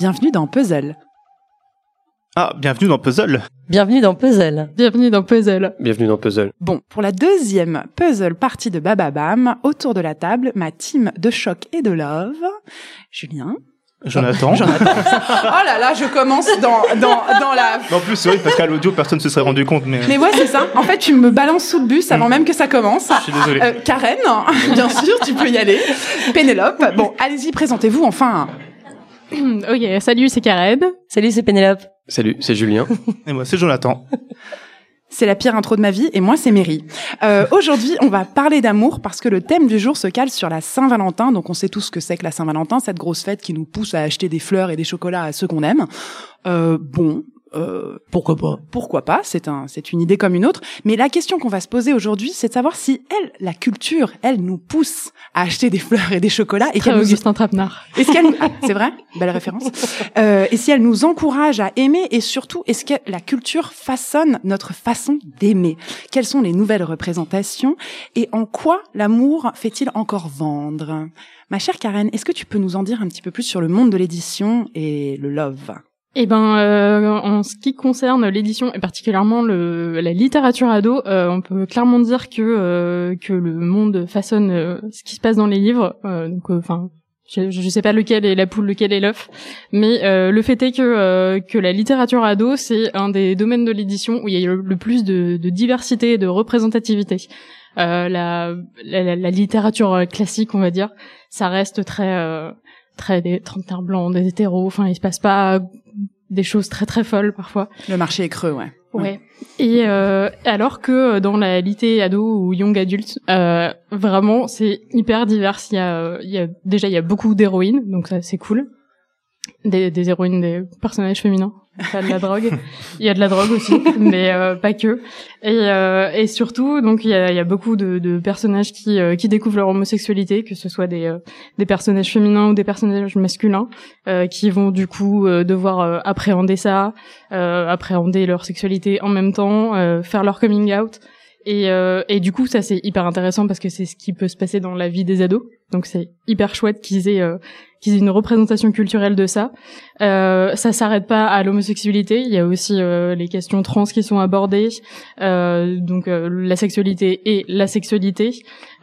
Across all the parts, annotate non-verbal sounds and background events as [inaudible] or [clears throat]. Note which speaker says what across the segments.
Speaker 1: Bienvenue dans Puzzle.
Speaker 2: Ah, bienvenue dans Puzzle.
Speaker 3: Bienvenue dans Puzzle.
Speaker 4: Bienvenue dans Puzzle.
Speaker 5: Bienvenue dans Puzzle.
Speaker 1: Bon, pour la deuxième puzzle partie de Bababam, autour de la table, ma team de choc et de love, Julien.
Speaker 4: [laughs]
Speaker 2: Jonathan.
Speaker 1: Oh là là, je commence dans, dans, dans la...
Speaker 2: en plus, c'est vrai, parce qu'à l'audio, personne ne se serait rendu compte, mais,
Speaker 1: [laughs] Mais ouais, c'est ça. En fait, tu me balances sous le bus avant même que ça commence.
Speaker 2: je suis désolé.
Speaker 1: Euh, Karen, bien sûr, tu peux y aller. Pénélope, bon, allez-y, présentez-vous enfin.
Speaker 4: ok, salut, c'est Karen.
Speaker 3: Salut, c'est Pénélope.
Speaker 5: Salut,
Speaker 1: [laughs]
Speaker 5: c'est Julien.
Speaker 2: Et moi, c'est Jonathan.
Speaker 1: C'est la pire intro de ma vie et moi c'est Mary. Euh, Aujourd'hui, on va parler d'amour parce que le thème du jour se cale sur la Saint-Valentin. Donc on sait tous ce que c'est que la Saint-Valentin, cette grosse fête qui nous pousse à acheter des fleurs et des chocolats à ceux qu'on aime. Euh, bon. euh,
Speaker 3: Pourquoi pas
Speaker 1: pourquoi pas C'est un, c'est une idée comme une autre. Mais la question qu'on va se poser aujourd'hui, c'est de savoir si elle, la culture, elle nous pousse à acheter des fleurs et des chocolats et
Speaker 4: Très
Speaker 1: qu'elle nous
Speaker 4: Augustin Trapenard.
Speaker 1: Est-ce qu'elle, ah, c'est vrai, belle référence. Euh, et si elle nous encourage à aimer et surtout, est-ce que la culture façonne notre façon d'aimer Quelles sont les nouvelles représentations et en quoi l'amour fait-il encore vendre Ma chère Karen, est-ce que tu peux nous en dire un petit peu plus sur le monde de l'édition et le love
Speaker 4: Eh ben, euh, en ce qui concerne l'édition et particulièrement le, la littérature ado, euh, on peut clairement dire que euh, que le monde façonne euh, ce qui se passe dans les livres. Euh, donc, enfin. je, je sais pas lequel est la poule, lequel est l'œuf, mais euh, le fait est que euh, que la littérature ado c'est un des domaines de l'édition où il y a le, le plus de, de diversité et de représentativité. Euh, la, la, la- la littérature classique, on va dire, ça reste très euh, très des trentenaires blancs, des hétéros. Enfin, il se passe pas des choses très très folles parfois.
Speaker 1: Le marché est creux, ouais.
Speaker 4: Ouais. Et euh, alors que euh, dans la litté ado ou young adulte, euh, vraiment c'est hyper divers. Il y a, euh, il y a déjà il y a beaucoup d'héroïnes, donc ça c'est cool. Des, des héroïnes, des personnages féminins, pas de la drogue. Il y a de la drogue aussi, mais euh, pas que. Et, euh, et surtout, donc il y a, il y a beaucoup de, de personnages qui, euh, qui découvrent leur homosexualité, que ce soit des, euh, des personnages féminins ou des personnages masculins, euh, qui vont du coup euh, devoir euh, appréhender ça, euh, appréhender leur sexualité en même temps, euh, faire leur coming out. Et, euh, et du coup, ça c'est hyper intéressant parce que c'est ce qui peut se passer dans la vie des ados. Donc c'est hyper chouette qu'ils aient euh, qu'ils aient une représentation culturelle de ça. Euh, ça s'arrête pas à l'homosexualité. Il y a aussi euh, les questions trans qui sont abordées, euh, donc euh, la sexualité et la sexualité,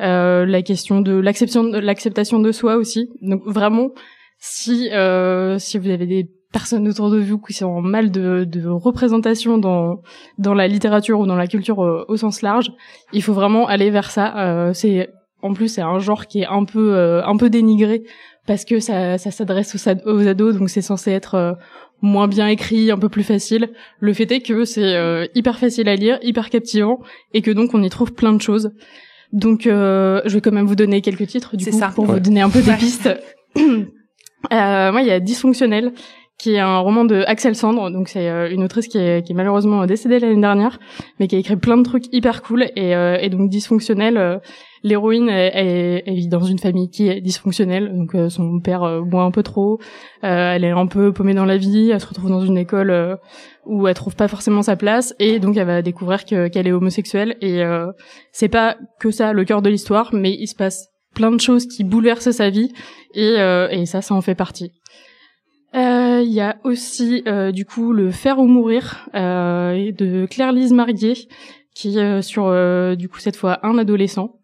Speaker 4: euh, la question de l'acceptation de l'acceptation de soi aussi. Donc vraiment, si euh, si vous avez des personnes autour de vous qui sont en mal de, de représentation dans dans la littérature ou dans la culture euh, au sens large, il faut vraiment aller vers ça. Euh, c'est en plus c'est un genre qui est un peu euh, un peu dénigré parce que ça ça s'adresse aux, ad- aux ados donc c'est censé être euh, moins bien écrit, un peu plus facile. Le fait est que c'est euh, hyper facile à lire, hyper captivant et que donc on y trouve plein de choses. Donc euh, je vais quand même vous donner quelques titres du
Speaker 1: C'est
Speaker 4: coup
Speaker 1: ça.
Speaker 4: pour
Speaker 5: Ouais.
Speaker 4: vous donner un peu des
Speaker 1: Ouais.
Speaker 4: pistes. [coughs] Euh, moi, il y a Dysfonctionnel, qui est un roman de Axel Sandre. Donc, c'est euh, une autrice qui est, qui est malheureusement décédée l'année dernière, mais qui a écrit plein de trucs hyper cool. Et, euh, et donc, Dysfonctionnel, euh, l'héroïne, elle, elle- elle vit dans une famille qui est dysfonctionnelle. Donc, euh, son père euh, boit un peu trop. euh, elle est un peu paumée dans la vie. Elle se retrouve dans une école euh, où elle trouve pas forcément sa place. Et donc, elle va découvrir que- qu'elle est homosexuelle. Et euh, c'est pas que ça le cœur de l'histoire, mais il se passe plein de choses qui bouleversent sa vie et, euh, et ça, ça en fait partie. Euh, Il y a aussi euh, du coup le Faire ou mourir euh, de Claire Lise Marguier, qui euh, sur euh, du coup cette fois un adolescent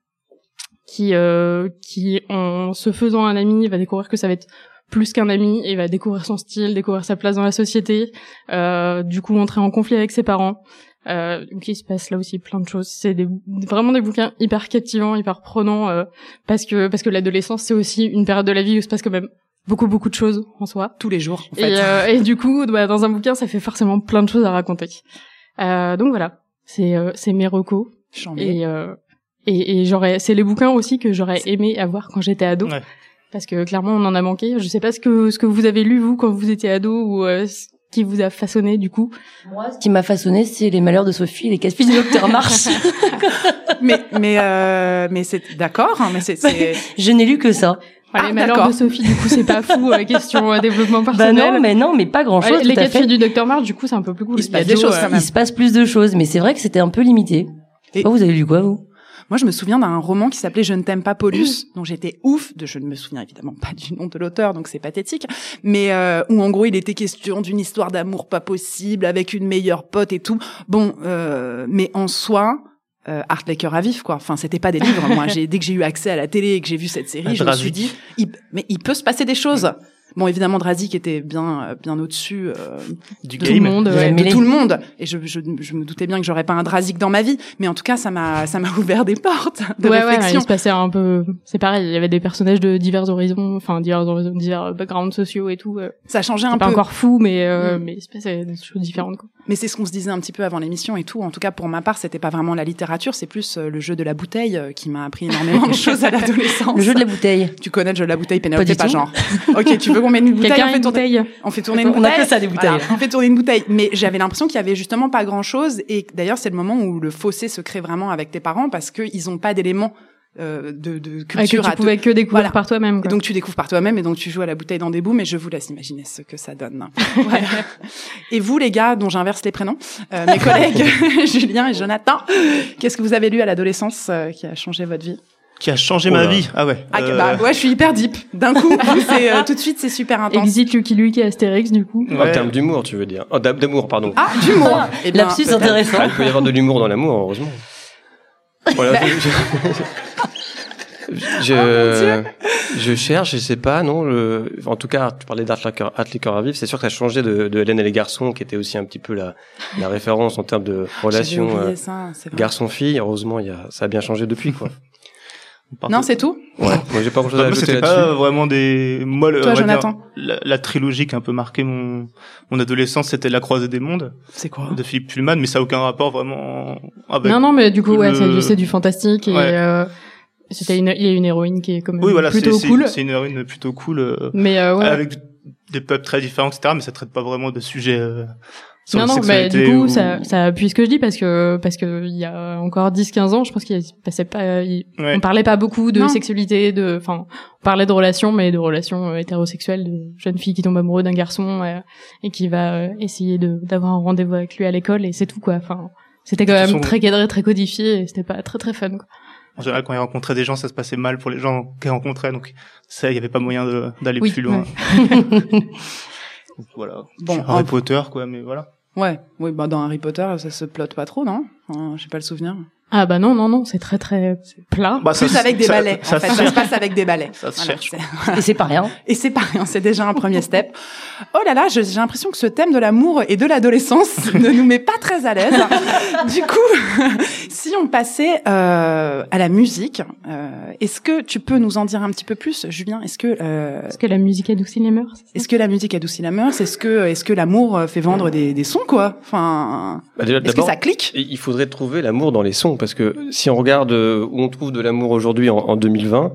Speaker 4: qui euh, qui en se faisant un ami va découvrir que ça va être plus qu'un ami et va découvrir son style, découvrir sa place dans la société, euh, du coup entrer en conflit avec ses parents. Euh, donc il se passe là aussi plein de choses. C'est des, vraiment des bouquins hyper captivants, hyper prenants. euh, parce que parce que l'adolescence c'est aussi une période de la vie où il se passe quand même beaucoup beaucoup de choses en soi.
Speaker 1: Tous les jours, en fait.
Speaker 4: Et, euh, et du coup, bah, dans un bouquin, ça fait forcément plein de choses à raconter. Euh, donc voilà, c'est euh, c'est mes recos
Speaker 1: J'en ai.
Speaker 4: et euh, et, et j'aurais c'est les bouquins aussi que j'aurais aimé avoir quand j'étais ado.
Speaker 2: Ouais.
Speaker 4: Parce que clairement, on en a manqué. Je sais pas ce que ce que vous avez lu vous quand vous étiez ado ou euh, ce qui vous a façonné du coup.
Speaker 3: Moi, ce qui m'a façonné, c'est les malheurs de Sophie et les casse-pieds du docteur Marsh.
Speaker 1: Mais, mais, euh, mais c'est d'accord, hein, mais c'est, c'est-
Speaker 3: [laughs] Je n'ai lu que ça.
Speaker 4: Enfin,
Speaker 1: Ah,
Speaker 4: les malheurs
Speaker 1: d'accord.
Speaker 4: de Sophie, du coup, c'est pas
Speaker 1: [laughs]
Speaker 4: fou. euh, question euh, développement
Speaker 3: Bah
Speaker 4: personnel.
Speaker 3: non, mais non, mais pas grand
Speaker 4: Ouais,
Speaker 3: chose.
Speaker 4: les
Speaker 3: tout à
Speaker 4: quatre
Speaker 3: fait.
Speaker 4: filles du docteur March, du coup, c'est un peu plus cool.
Speaker 1: Il se
Speaker 4: y a
Speaker 1: passe des
Speaker 4: Joe,
Speaker 1: choses
Speaker 4: euh,
Speaker 1: quand même.
Speaker 3: Il se passe plus de choses, mais c'est vrai que c'était un peu limité.
Speaker 1: Et-
Speaker 3: Oh, vous avez lu quoi vous
Speaker 1: Moi, je me souviens d'un roman qui s'appelait Je ne t'aime pas, Paulus, dont j'étais ouf. De, je ne me souviens évidemment pas du nom de l'auteur, donc c'est pathétique. Mais euh, où en gros, il était question d'une histoire d'amour pas possible avec une meilleure pote et tout. Bon, euh, mais en soi. Euh, Art Laker à vif quoi. Enfin, c'était pas des livres. Moi, j'ai dès que j'ai eu accès à la télé et que j'ai vu cette série, je me suis
Speaker 2: Drazik.
Speaker 1: dit, il- mais il peut se passer des choses. Bon, évidemment, Drazik était bien, euh, bien au-dessus. euh,
Speaker 2: Du
Speaker 4: Tout le
Speaker 2: game.
Speaker 4: monde. euh,
Speaker 3: Vous
Speaker 4: ouais.
Speaker 3: aimez
Speaker 1: de
Speaker 3: les-
Speaker 1: tout le monde. Et je, je, je me doutais bien que j'aurais pas un drasique dans ma vie, mais en tout cas, ça m'a, ça m'a [laughs] ouvert des portes de
Speaker 4: ouais, ouais,
Speaker 1: réflexion.
Speaker 4: il se passait un peu. C'est pareil, il y avait des personnages de divers horizons, enfin divers horizons, divers euh, backgrounds sociaux et tout. euh.
Speaker 1: ça changeait un
Speaker 4: C'est
Speaker 1: peu.
Speaker 4: pas encore fou, mais euh,
Speaker 1: Mm.
Speaker 4: mais il se passait des choses différentes. Quoi.
Speaker 1: Mais c'est ce qu'on se disait un petit peu avant l'émission et tout. En tout cas, pour ma part, c'était pas vraiment la littérature, c'est plus euh, le jeu de la bouteille euh, qui m'a appris
Speaker 4: [laughs]
Speaker 1: énormément de choses à l'adolescence.
Speaker 3: Le jeu de la bouteille.
Speaker 1: Tu connais le jeu de la bouteille, Pénélope,
Speaker 3: Pas du
Speaker 1: pas
Speaker 3: tout.
Speaker 1: genre. ok, tu veux qu'on mette une bouteille,
Speaker 4: Quelqu'un
Speaker 1: on
Speaker 4: a
Speaker 1: fait
Speaker 4: une
Speaker 1: tourner,
Speaker 4: bouteille.
Speaker 1: on fait tourner une
Speaker 3: On
Speaker 1: bouteille.
Speaker 3: appelle ça des bouteilles.
Speaker 1: Voilà, on fait tourner une bouteille. Mais j'avais l'impression qu'il y avait justement pas grand chose. Et d'ailleurs, c'est le moment où le fossé se crée vraiment avec tes parents parce qu'ils ont pas d'éléments euh, de, de culture
Speaker 4: Ouais, Ah, que
Speaker 1: à
Speaker 4: tu
Speaker 1: te-
Speaker 4: pouvais que découvrir
Speaker 1: Voilà.
Speaker 4: par toi-même.
Speaker 1: Et
Speaker 4: quoi.
Speaker 1: donc tu découvres par toi-même et donc tu joues à la bouteille dans des bouts, mais je vous laisse imaginer ce que ça [laughs] donne. Voilà. et vous les gars, dont j'inverse les prénoms, euh, [laughs] mes collègues Julien et Jonathan, qu'est-ce que vous avez lu à l'adolescence euh, qui a changé votre vie
Speaker 2: Qui a changé
Speaker 5: Oh
Speaker 2: ma
Speaker 5: là.
Speaker 2: vie. Ah ouais.
Speaker 1: ah,
Speaker 2: Euh,
Speaker 1: bah, Ouais, je suis hyper deep. D'un [laughs] coup, c'est, euh, tout de suite, c'est super intense.
Speaker 4: Exit Lucky Luke et Astérix du coup.
Speaker 5: En
Speaker 2: ouais.
Speaker 5: termes d'humour, tu veux dire. Oh, d'am- d'amour, pardon.
Speaker 1: Ah, d'humour. Eh ben,
Speaker 3: Lapsus
Speaker 1: peut-être.
Speaker 3: intéressant.
Speaker 1: [laughs]
Speaker 5: Ah, il peut y avoir de l'humour dans l'amour, heureusement. Voilà.
Speaker 1: Bah.
Speaker 5: je,
Speaker 1: Ah,
Speaker 5: je- je- je cherche, je sais pas, non. le- en tout cas, tu parlais d'Art Liquor Art Liquor à vivre. C'est sûr que ça a changé de, de Hélène et les garçons, qui était aussi un petit peu la, la référence en termes de
Speaker 1: J'avais
Speaker 5: relation
Speaker 1: oublié
Speaker 5: euh,
Speaker 1: ça, c'est vrai.
Speaker 5: garçon-fille. Heureusement, il y a, ça a bien changé depuis,
Speaker 1: [laughs]
Speaker 5: quoi.
Speaker 2: Pardon.
Speaker 1: Non, c'est tout.
Speaker 5: Ouais. Moi, j'ai pas grand-chose à
Speaker 2: Bah, moi,
Speaker 5: ajouter
Speaker 2: c'était
Speaker 5: là-dessus.
Speaker 2: pas vraiment des moi le-
Speaker 1: Toi,
Speaker 2: Euh, on va dire,
Speaker 1: Jonathan.
Speaker 2: la, la trilogie qui a un peu marqué mon mon adolescence c'était la croisée des mondes
Speaker 1: C'est quoi
Speaker 2: de Philippe Pullman mais ça a aucun rapport vraiment avec
Speaker 4: Non, non, mais du coup, ouais,
Speaker 2: le-
Speaker 4: c'est du- c'est du fantastique et
Speaker 2: Ouais.
Speaker 4: euh, c'était une, il y a une héroïne qui est quand même
Speaker 2: oui voilà c'est
Speaker 4: plutôt
Speaker 2: c'est-
Speaker 4: cool.
Speaker 2: c'est une héroïne plutôt cool euh,
Speaker 4: Mais euh, ouais.
Speaker 2: avec des peuples très différents etc mais ça traite pas vraiment de sujets euh, sur
Speaker 4: non,
Speaker 2: la
Speaker 4: non, mais du
Speaker 2: sexualité
Speaker 4: coup,
Speaker 2: ou-
Speaker 4: ça, ça appuie ce que je dis parce que parce que il y a encore 10-15 ans, je pense qu'il passait pas, il-
Speaker 2: Ouais.
Speaker 4: on parlait pas beaucoup de
Speaker 1: Non.
Speaker 4: sexualité, de, enfin, on parlait de relations, mais de relations euh, hétérosexuelles, de jeune fille qui tombe amoureuse d'un garçon euh, et qui va euh, essayer de d'avoir un rendez-vous avec lui à l'école et c'est tout quoi. Enfin, c'était quand
Speaker 2: De toute
Speaker 4: même
Speaker 2: façon-
Speaker 4: très cadré, très codifié et c'était pas très très fun. Quoi.
Speaker 2: en général quand il rencontrait des gens ça se passait mal pour les gens qu'il rencontrait donc ça il y avait pas moyen de- d'aller
Speaker 4: Oui,
Speaker 2: plus loin
Speaker 4: ouais. [laughs]
Speaker 2: Donc, voilà
Speaker 1: Bon,
Speaker 2: Harry
Speaker 1: en-
Speaker 2: Potter quoi mais voilà
Speaker 1: Ouais, oui, bah dans Harry Potter, ça se plotte pas trop, non Hein, J'ai pas le souvenir.
Speaker 4: Ah bah non, non, non, c'est très très plat.
Speaker 2: bah,
Speaker 1: Plus
Speaker 2: se-
Speaker 1: avec des
Speaker 2: ça-
Speaker 1: balais.
Speaker 2: ça
Speaker 1: en fait,
Speaker 2: se
Speaker 1: ça se
Speaker 2: cherche.
Speaker 1: passe avec des balais.
Speaker 2: Ça se
Speaker 1: Voilà,
Speaker 2: cherche.
Speaker 1: c'est-
Speaker 3: Et c'est pas rien.
Speaker 1: Et c'est pas rien, c'est déjà un premier step. Oh là là, je- j'ai l'impression que ce thème de l'amour et de l'adolescence [laughs] ne nous met pas très à l'aise. Du coup, [laughs] si on passait euh, à la musique, euh, est-ce que tu peux nous en dire un petit peu plus, Julien Est-ce que euh,
Speaker 4: Parce que la musique adoucit les mœurs. c'est ça
Speaker 1: est-ce que la musique adoucit la mœurs Est-ce que est-ce que l'amour euh, fait vendre des, des sons quoi Enfin,
Speaker 5: Bah, déjà,
Speaker 1: est-ce que
Speaker 5: d'abord-
Speaker 1: ça clique
Speaker 5: Et Il faudrait trouver l'amour dans les sons, parce que si on regarde euh, où on trouve de l'amour aujourd'hui en, en 2020,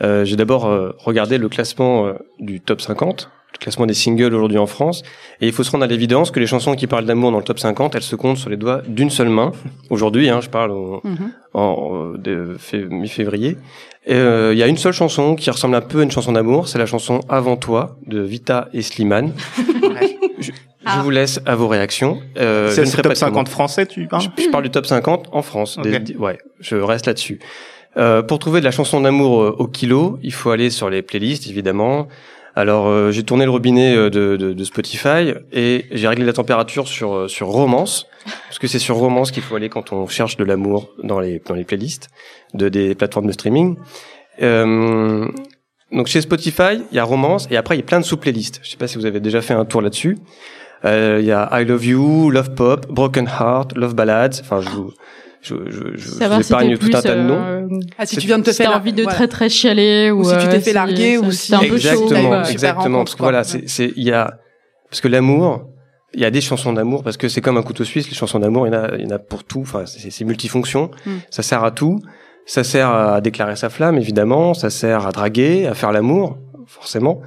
Speaker 5: euh, j'ai d'abord euh, regardé le classement euh, du top 50, le classement des singles aujourd'hui en France, et il faut se rendre à l'évidence que les chansons qui parlent d'amour dans le top 50, elles se comptent sur les doigts d'une seule main. [laughs] Aujourd'hui, hein, je parle en,
Speaker 1: Mhm.
Speaker 5: en, euh, de fé- mi-février. Et, euh, Il y a une seule chanson qui ressemble un peu à une chanson d'amour, c'est la chanson Avant toi de Vita et Slimane. Je, je vous laisse à vos réactions. Euh, je
Speaker 2: c'est
Speaker 5: ne
Speaker 2: c'est
Speaker 5: ferai
Speaker 2: top
Speaker 5: pas de commentaires.
Speaker 2: 50 français tu parles
Speaker 5: Je, je parle du top 50 en France.
Speaker 2: Ok.
Speaker 5: Des- des- ouais, je reste là-dessus. Euh, pour trouver de la chanson d'amour euh, au kilo, il faut aller sur les playlists, évidemment. Alors, euh, j'ai tourné le robinet euh, de, de- de Spotify et j'ai réglé la température sur, euh, sur Romance, parce que c'est sur Romance qu'il faut aller quand on cherche de l'amour dans les, dans les playlists de, des plateformes de streaming. Euh, donc, chez Spotify, il y a Romance et après, il y a plein de sous-playlists. Je sais pas si vous avez déjà fait un tour là-dessus. Euh, Il y a I Love You, Love Pop, Broken Heart, Love Ballads. Enfin, je vous, je, je, je, je vous
Speaker 4: Savoir si
Speaker 5: épargne
Speaker 4: t'es
Speaker 5: tout
Speaker 4: plus,
Speaker 5: un tas de noms.
Speaker 4: euh,
Speaker 1: Ah, si tu viens de te
Speaker 4: si t'as
Speaker 1: faire
Speaker 4: envie de
Speaker 1: voilà.
Speaker 4: très très chialer ou,
Speaker 1: Ou si tu
Speaker 4: euh,
Speaker 1: t'es fait larguer, ou
Speaker 4: ça-
Speaker 1: si-
Speaker 4: c'est un peu chaud.
Speaker 5: exactement,
Speaker 1: quoi. Super
Speaker 5: exactement.
Speaker 1: rencontre,
Speaker 5: Parce que
Speaker 1: quoi.
Speaker 5: voilà, c'est, c'est, il y a, parce que l'amour, il y a des chansons d'amour parce que c'est comme un couteau suisse. Les chansons d'amour, il y en a, il y en a pour tout. Enfin, c'est, c'est multifonction.
Speaker 1: Mm.
Speaker 4: Hmm.
Speaker 5: Ça sert à tout. Ça sert à déclarer sa flamme, évidemment. Ça sert à draguer, à faire l'amour, forcément,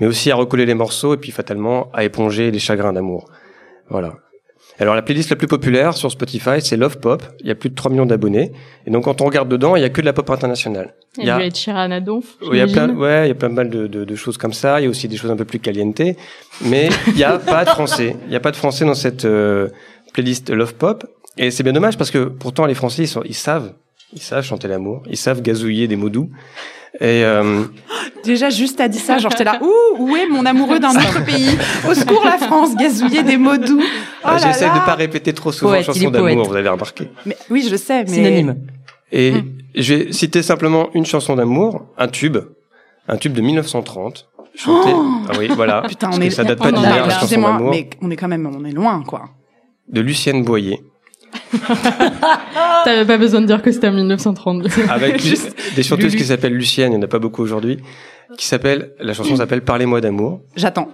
Speaker 5: mais aussi à recoller les morceaux et puis fatalement à éponger les chagrins d'amour. Voilà. Alors la playlist la plus populaire sur Spotify, c'est Love Pop. Il y a plus de 3 millions d'abonnés. Et donc quand on regarde dedans, il y a que de la pop internationale.
Speaker 4: Il
Speaker 5: Il y a-
Speaker 4: doit être Shiran Adonf.
Speaker 5: Oui, Il y a plein,
Speaker 4: j'imagine.
Speaker 5: ouais, il y a pas mal de, de- de choses comme ça. Il y a aussi des choses un peu plus caliente, mais il n'y a pas de français. Il n'y a pas de français dans cette euh, playlist Love Pop, et c'est bien dommage parce que pourtant les Français ils, sont- ils savent Ils savent chanter l'amour. Ils savent gazouiller des mots doux. Et euh,
Speaker 1: Déjà, juste à dit ça, genre,
Speaker 4: [laughs]
Speaker 1: j'étais là, ouh, où est mon amoureux d'un autre pays Au secours, la France, gazouiller des mots doux. Oh
Speaker 4: Ah,
Speaker 1: là
Speaker 5: j'essaie
Speaker 1: là.
Speaker 5: de pas répéter trop souvent
Speaker 3: Poète, il
Speaker 5: chanson
Speaker 3: est poète.
Speaker 5: d'amour, vous avez remarqué.
Speaker 1: Mais, oui, je sais, mais.
Speaker 3: Synonyme.
Speaker 5: Et
Speaker 1: Hmm.
Speaker 5: je vais citer simplement une chanson d'amour, un tube, un tube de 1930, chanté. ah oui, voilà.
Speaker 1: Oh Putain,
Speaker 5: parce
Speaker 1: on
Speaker 5: que
Speaker 1: est-
Speaker 5: ça date
Speaker 4: on
Speaker 5: pas
Speaker 4: en est
Speaker 5: d'hier,
Speaker 4: là.
Speaker 5: la chanson
Speaker 1: Excusez-moi,
Speaker 5: d'amour,
Speaker 1: mais on est quand même, on est loin, quoi.
Speaker 5: de Lucienne Boyer,
Speaker 4: T'avais pas besoin de dire que c'était en 1932.
Speaker 1: [laughs]
Speaker 5: avec
Speaker 1: Juste
Speaker 5: des chanteuses
Speaker 1: Lulu.
Speaker 5: qui s'appellent Lucienne, il n'y en a pas beaucoup aujourd'hui, qui s'appelle, la
Speaker 1: Mm.
Speaker 5: chanson s'appelle Parlez-moi d'amour.
Speaker 1: J'attends.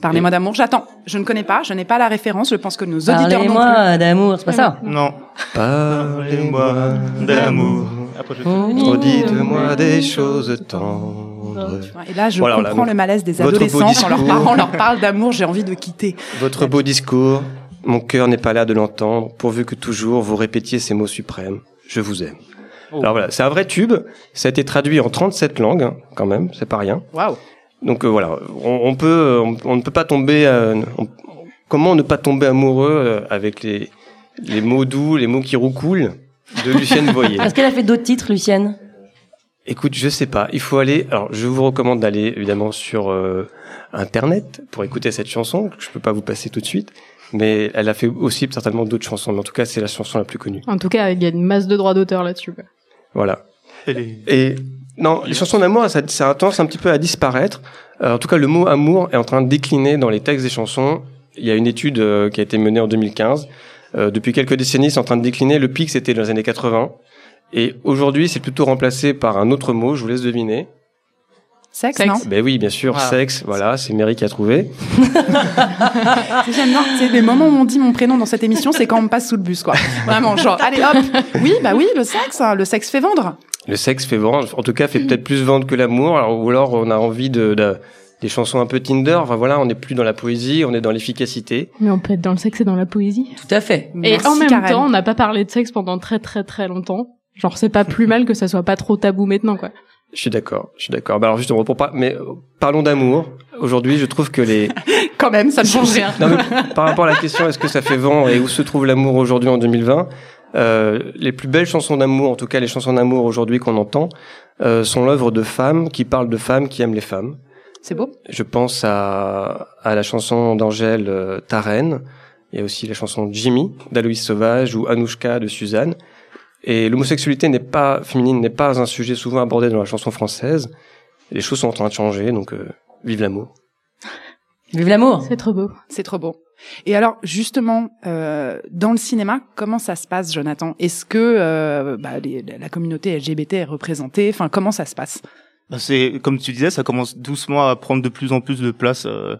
Speaker 1: Parlez-moi d'amour, j'attends. Je ne connais pas, je n'ai pas la référence, je pense que nos auditeurs non plus.
Speaker 3: Parlez-moi d'amour, c'est pas ça
Speaker 2: Non.
Speaker 5: Parlez-moi d'amour.
Speaker 2: Après, je
Speaker 1: Mmh.
Speaker 3: Mmh.
Speaker 5: Oh,
Speaker 1: Mm.
Speaker 5: dites-moi des choses tendres.
Speaker 1: Tu vois, Et là, je
Speaker 5: Voilà,
Speaker 1: comprends
Speaker 5: voilà,
Speaker 1: le malaise des
Speaker 5: votre beau
Speaker 1: adolescents quand
Speaker 5: discours.
Speaker 1: leurs parents leur parlent d'amour, j'ai envie de quitter.
Speaker 5: Votre beau discours, mon cœur n'est pas là de l'entendre, pourvu que toujours vous répétiez ces mots suprêmes. Je vous aime.
Speaker 2: Oh.
Speaker 5: Alors voilà, c'est un vrai tube. Ça a été traduit en 37 langues, hein, quand même, c'est pas rien.
Speaker 1: Waouh.
Speaker 5: Donc euh, voilà, on, on peut, euh, on, on ne peut pas tomber. euh, on- comment ne pas tomber amoureux euh, avec les, les mots doux, les mots qui roucoulent de
Speaker 3: [laughs]
Speaker 5: Lucienne Boyer
Speaker 3: Est-ce qu'elle a fait d'autres titres, Lucienne
Speaker 5: Écoute, je sais pas. Il faut aller. Alors, je vous recommande d'aller évidemment sur euh, internet pour écouter cette chanson. que Je peux pas vous passer tout de suite, mais elle a fait aussi certainement d'autres chansons. Mais en tout cas, c'est la chanson la plus connue.
Speaker 4: En tout cas, il y a une masse de droits d'auteur là-dessus. quoi.
Speaker 5: Voilà.
Speaker 2: fais les-
Speaker 5: Et non, les chansons d'amour, ça, ça a tendance un petit peu à disparaître. Euh, en tout cas, le mot amour est en train de décliner dans les textes des chansons. Il y a une étude euh, qui a été menée en 2015. Euh, depuis quelques décennies, c'est en train de décliner. Le pic, c'était dans les années 80. Et aujourd'hui, c'est plutôt remplacé par un autre mot. Je vous laisse deviner.
Speaker 1: Sexe,
Speaker 4: Sexe.
Speaker 1: non
Speaker 5: Ben oui, bien sûr,
Speaker 2: Voilà.
Speaker 5: sexe, voilà, c'est Mary qui a trouvé.
Speaker 4: Ah.
Speaker 1: C'est- J'aime bien. C'est des moments où on dit mon prénom dans cette émission, c'est quand on me passe sous le bus, quoi. Vraiment, genre, allez hop. Oui, bah oui, le sexe, hein, le sexe fait vendre.
Speaker 5: Le sexe fait vendre, en tout cas fait peut-être plus vendre que l'amour, alors- ou alors on a envie de, de- des chansons un peu Tinder, enfin voilà, on n'est plus dans la poésie, on est dans l'efficacité.
Speaker 4: Mais on peut être dans le sexe et dans la poésie.
Speaker 3: Tout à fait.
Speaker 1: Merci,
Speaker 4: et en même
Speaker 1: Karen.
Speaker 4: temps, on n'a pas parlé de sexe pendant très très très longtemps. Genre, c'est pas plus mal que ça soit pas trop tabou maintenant, quoi.
Speaker 5: Je suis d'accord, je suis d'accord. Bah alors justement, pour pas, mais euh, parlons d'amour. Aujourd'hui, je trouve que les...
Speaker 1: quand même, ça ne change rien.
Speaker 5: Non, mais par rapport à la question, est-ce que ça fait vendre et où se trouve l'amour aujourd'hui en 2020 euh, les plus belles chansons d'amour, en tout cas les chansons d'amour aujourd'hui qu'on entend, euh, sont l'œuvre de femmes qui parlent de femmes qui aiment les femmes.
Speaker 1: C'est beau.
Speaker 5: Je pense à, à la chanson d'Angèle euh, Tarenne. Il y a aussi la chanson Jimmy d'Aloïs Sauvage ou Anouchka de Suzanne. Et l'homosexualité n'est pas féminine, n'est pas un sujet souvent abordé dans la chanson française. Les choses sont en train de changer, donc euh, vive l'amour.
Speaker 3: Vive l'amour
Speaker 4: C'est trop beau.
Speaker 1: C'est trop beau. Et alors, justement, euh, dans le cinéma, comment ça se passe, Jonathan Est-ce que euh, bah, les- la communauté LGBT est représentée Enfin, comment ça se passe
Speaker 2: Bah, c'est comme tu disais, ça commence doucement à prendre de plus en plus de place. Euh,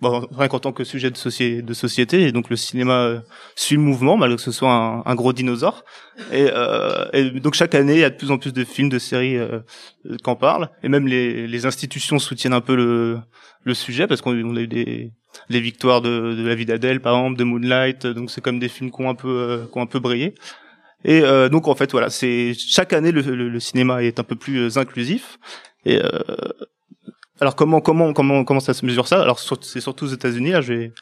Speaker 2: bon, rien qu'en tant que sujet de, soci- de société, et donc le cinéma euh, suit le mouvement, malgré que ce soit un, un gros dinosaure. Et, euh, et donc chaque année, il y a de plus en plus de films, de séries euh, euh, qu'en parlent, et même les, les institutions soutiennent un peu le, le sujet parce qu'on on a eu des les victoires de, de la vie d'Adèle, par exemple, de Moonlight. euh, Donc c'est comme des films qui ont un peu euh, qui ont un peu brillé. Et euh, donc en fait voilà, c'est chaque année le, le- le cinéma est un peu plus euh, inclusif. Et euh, alors comment comment comment comment ça se mesure ça Alors sur- c'est surtout aux États-Unis là. Je vais,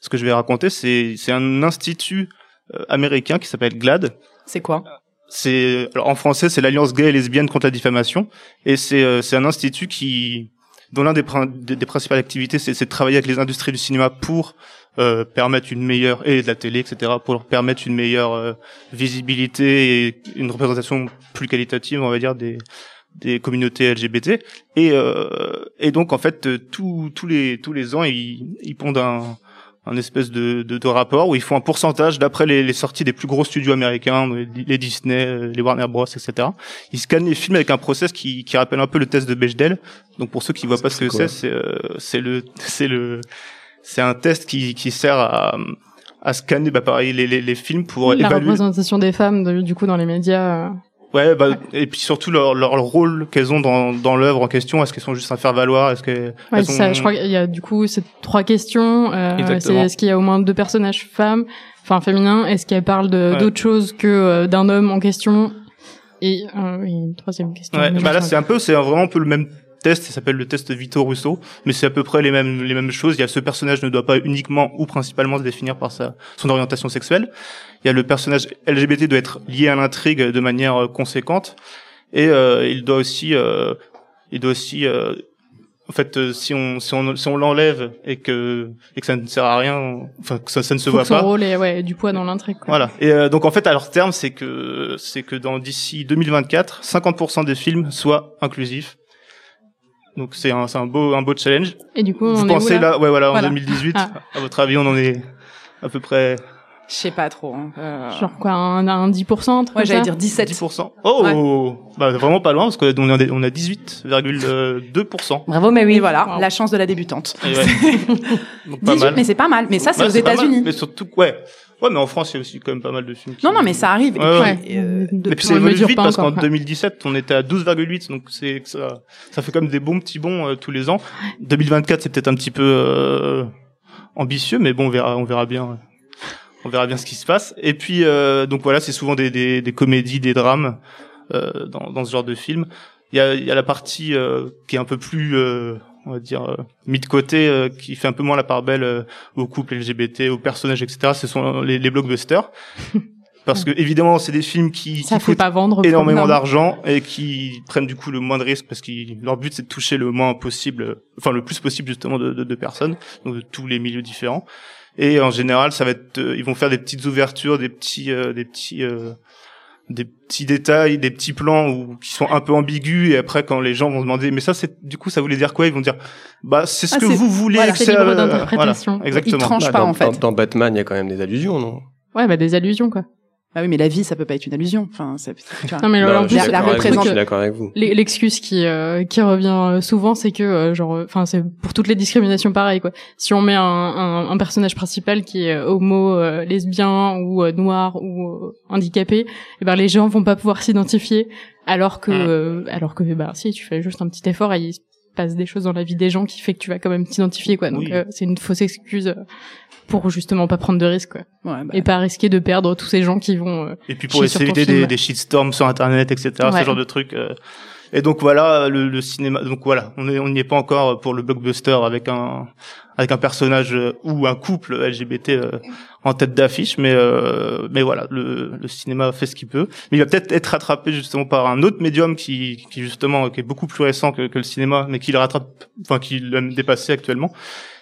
Speaker 2: ce que je vais raconter, c'est c'est un institut euh, américain qui s'appelle GLAD.
Speaker 1: C'est quoi
Speaker 2: C'est alors, en français c'est l'Alliance gay et lesbienne contre la diffamation et c'est euh, c'est un institut qui dont l'un des, prin- des, des principales activités c'est c'est de travailler avec les industries du cinéma pour euh, permettre une meilleure et de la télé etc pour leur permettre une meilleure euh, visibilité et une représentation plus qualitative on va dire des des communautés LGBT et euh, et donc en fait euh, tous tous les tous les ans ils ils pondent un un espèce de, de, de rapport où ils font un pourcentage d'après les, les sorties des plus gros studios américains, les, les Disney, euh, les Warner Bros, etc. Ils scannent les films avec un process qui, qui rappelle un peu le test de Bechdel. Donc pour ceux qui voient pas ce que c'est,
Speaker 5: quoi
Speaker 2: c'est euh, c'est le c'est le c'est un test qui, qui sert à à scanner bah pareil les, les, les films pour
Speaker 4: La
Speaker 2: évaluer
Speaker 4: représentation des femmes, de- du coup, dans les médias. euh,
Speaker 2: Ouais, bah, et puis surtout leur, leur rôle qu'elles ont dans, dans l'œuvre en question. Est-ce qu'elles sont juste un faire-valoir Est-ce que
Speaker 4: Ouais,
Speaker 2: elles
Speaker 4: c'est
Speaker 2: sont-
Speaker 4: ça, je crois qu'il y a du coup ces trois questions. Euh, c'est
Speaker 2: Exactement.
Speaker 4: est-ce qu'il y a au moins deux personnages femmes, enfin féminins Est-ce qu'elles parlent de-
Speaker 2: Ouais.
Speaker 4: d'autre chose que euh, d'un homme en question Et euh, oui, une troisième question.
Speaker 2: Ouais,
Speaker 4: mais
Speaker 2: bah
Speaker 4: je
Speaker 2: là
Speaker 4: sais
Speaker 2: c'est un peu, c'est vraiment un peu le même test, ça s'appelle le test Vito Russo, mais c'est à peu près les mêmes les mêmes choses. Il y a ce personnage ne doit pas uniquement ou principalement se définir par sa son orientation sexuelle. Il y a le personnage LGBT doit être lié à l'intrigue de manière euh, conséquente et euh, il doit aussi euh, il doit aussi euh, en fait euh, si on si on si on l'enlève et que et que ça ne sert à rien, on- enfin que ça, ça ne se
Speaker 4: Faut
Speaker 2: voit
Speaker 4: que son
Speaker 2: pas.
Speaker 4: rôle ait ouais, du poids dans l'intrigue. quoi.
Speaker 2: Voilà. Et euh, donc en fait, à leur terme, c'est que c'est que dans d'ici 2024, 50% des films soient inclusifs. Donc c'est un c'est un beau un beau challenge.
Speaker 4: Et du coup, on
Speaker 2: Vous
Speaker 4: est
Speaker 2: pensez
Speaker 4: où, là,
Speaker 2: là, ouais voilà, en
Speaker 4: Voilà.
Speaker 2: 2018,
Speaker 4: Ah.
Speaker 2: à votre avis, on en est à peu près
Speaker 1: Je sais pas trop. Hein. Euh,
Speaker 4: Genre quoi, un, un 10% un truc
Speaker 1: ouais,
Speaker 4: comme
Speaker 1: j'allais
Speaker 4: ça
Speaker 1: dire 17.
Speaker 2: 10%. Oh, bah vraiment pas loin parce qu'on est on a 18,2%.
Speaker 3: Bravo, mais
Speaker 1: Et
Speaker 3: oui.
Speaker 1: voilà,
Speaker 4: Wow.
Speaker 1: la chance de la débutante.
Speaker 2: Et ouais.
Speaker 1: [laughs]
Speaker 2: Donc pas
Speaker 1: 18,
Speaker 2: mal.
Speaker 1: mais c'est pas mal. Mais ça, c'est
Speaker 2: Ouais,
Speaker 1: aux
Speaker 2: pas mal.
Speaker 1: États-Unis.
Speaker 2: Mais surtout ouais. Ouais, mais en France, il y a aussi quand même pas mal de films. qui-
Speaker 1: Non, non, mais ça arrive. Et
Speaker 2: Ouais,
Speaker 1: puis,
Speaker 4: Ouais.
Speaker 1: euh,
Speaker 4: De-
Speaker 2: Et puis
Speaker 4: on
Speaker 2: ça
Speaker 4: le
Speaker 2: évolue
Speaker 4: mesure
Speaker 2: vite
Speaker 4: pas
Speaker 2: parce qu'en
Speaker 4: encore, hein. ouais.
Speaker 2: 2017, on était à 12,8, donc c'est que ça, ça fait comme des bons petits bons euh, tous les ans. 2024, c'est peut-être un petit peu euh, ambitieux, mais bon, on verra, on verra bien, ouais. on verra bien ce qui se passe. Et puis euh, donc voilà, c'est souvent des, des, des comédies, des drames euh, dans, dans ce genre de film. Il y a, il y a la partie euh, qui est un peu plus, euh, on va dire, euh, mis de côté, euh, qui fait un peu moins la part belle euh, aux couples LGBT, aux personnages, etc. Ce sont les, les
Speaker 4: [laughs]
Speaker 2: blockbusters. Parce que évidemment, c'est des films qui,
Speaker 4: Ça
Speaker 2: qui
Speaker 4: fait
Speaker 2: coûtent
Speaker 4: pas vendre.
Speaker 2: énormément
Speaker 4: comme-
Speaker 2: d'argent et qui prennent du coup le moins de risques parce que leur but c'est de toucher le moins possible, euh, enfin le plus possible justement de, de, de personnes, donc de tous les milieux différents. Et en général, ça va être, euh, ils vont faire des petites ouvertures, des petits, euh, des petits, euh, des petits détails, des petits plans où, qui sont un peu ambigus. Et après, quand les gens vont demander, mais ça, c'est du coup, ça voulait dire quoi Ils vont dire, bah, c'est ce
Speaker 1: Ah,
Speaker 2: que
Speaker 1: c'est-
Speaker 2: vous voulez.
Speaker 1: voilà,
Speaker 2: que
Speaker 4: c'est
Speaker 2: ça-
Speaker 4: libre
Speaker 2: voilà,
Speaker 4: d'interprétation.
Speaker 1: Ils
Speaker 2: exactement.
Speaker 1: tranchent
Speaker 5: Bah,
Speaker 1: pas,
Speaker 5: dans,
Speaker 1: en fait.
Speaker 5: dans- dans Batman, il y a quand même des allusions, non
Speaker 4: Ouais, bah des allusions quoi.
Speaker 1: Bah oui, mais la vie, ça peut pas être une allusion. Enfin, c'est- tu vois.
Speaker 4: Non mais
Speaker 5: Bah,
Speaker 4: en
Speaker 5: je
Speaker 4: plus, euh,
Speaker 5: suis
Speaker 1: la- la
Speaker 5: d'accord avec vous,
Speaker 1: représente-
Speaker 5: Je suis d'accord avec vous.
Speaker 4: L- L'excuse qui euh, qui revient euh, souvent, c'est que euh, genre, enfin c'est pour toutes les discriminations pareil quoi. Si on met un, un, un personnage principal qui est euh, homo, euh, lesbien ou euh, noir ou euh, handicapé, et ben les gens vont pas pouvoir s'identifier. Alors que euh, alors que bah si tu fais juste un petit effort, et il se passe des choses dans la vie des gens qui fait que tu vas quand même t'identifier quoi. Donc
Speaker 2: Oui.
Speaker 4: euh, c'est une fausse excuse euh, pour justement pas prendre de risques quoi.
Speaker 1: Ouais, bah,
Speaker 4: et pas risquer de perdre tous ces gens qui vont euh,
Speaker 2: Et puis pour
Speaker 4: Chier sur ton
Speaker 2: éviter
Speaker 4: film.
Speaker 2: des, des shitstorms sur internet, etc.
Speaker 4: Ouais.
Speaker 2: Ce genre de trucs. euh. Et donc voilà le, le cinéma. Donc voilà, on est- on n'y est pas encore pour le blockbuster avec un avec un personnage euh, ou un couple LGBT euh, en tête d'affiche, mais euh, mais voilà, le, le cinéma fait ce qu'il peut. Mais il va peut-être être rattrapé justement par un autre médium qui qui justement qui est beaucoup plus récent que, que le cinéma, mais qui le rattrape, enfin qui l'a même dépassé actuellement.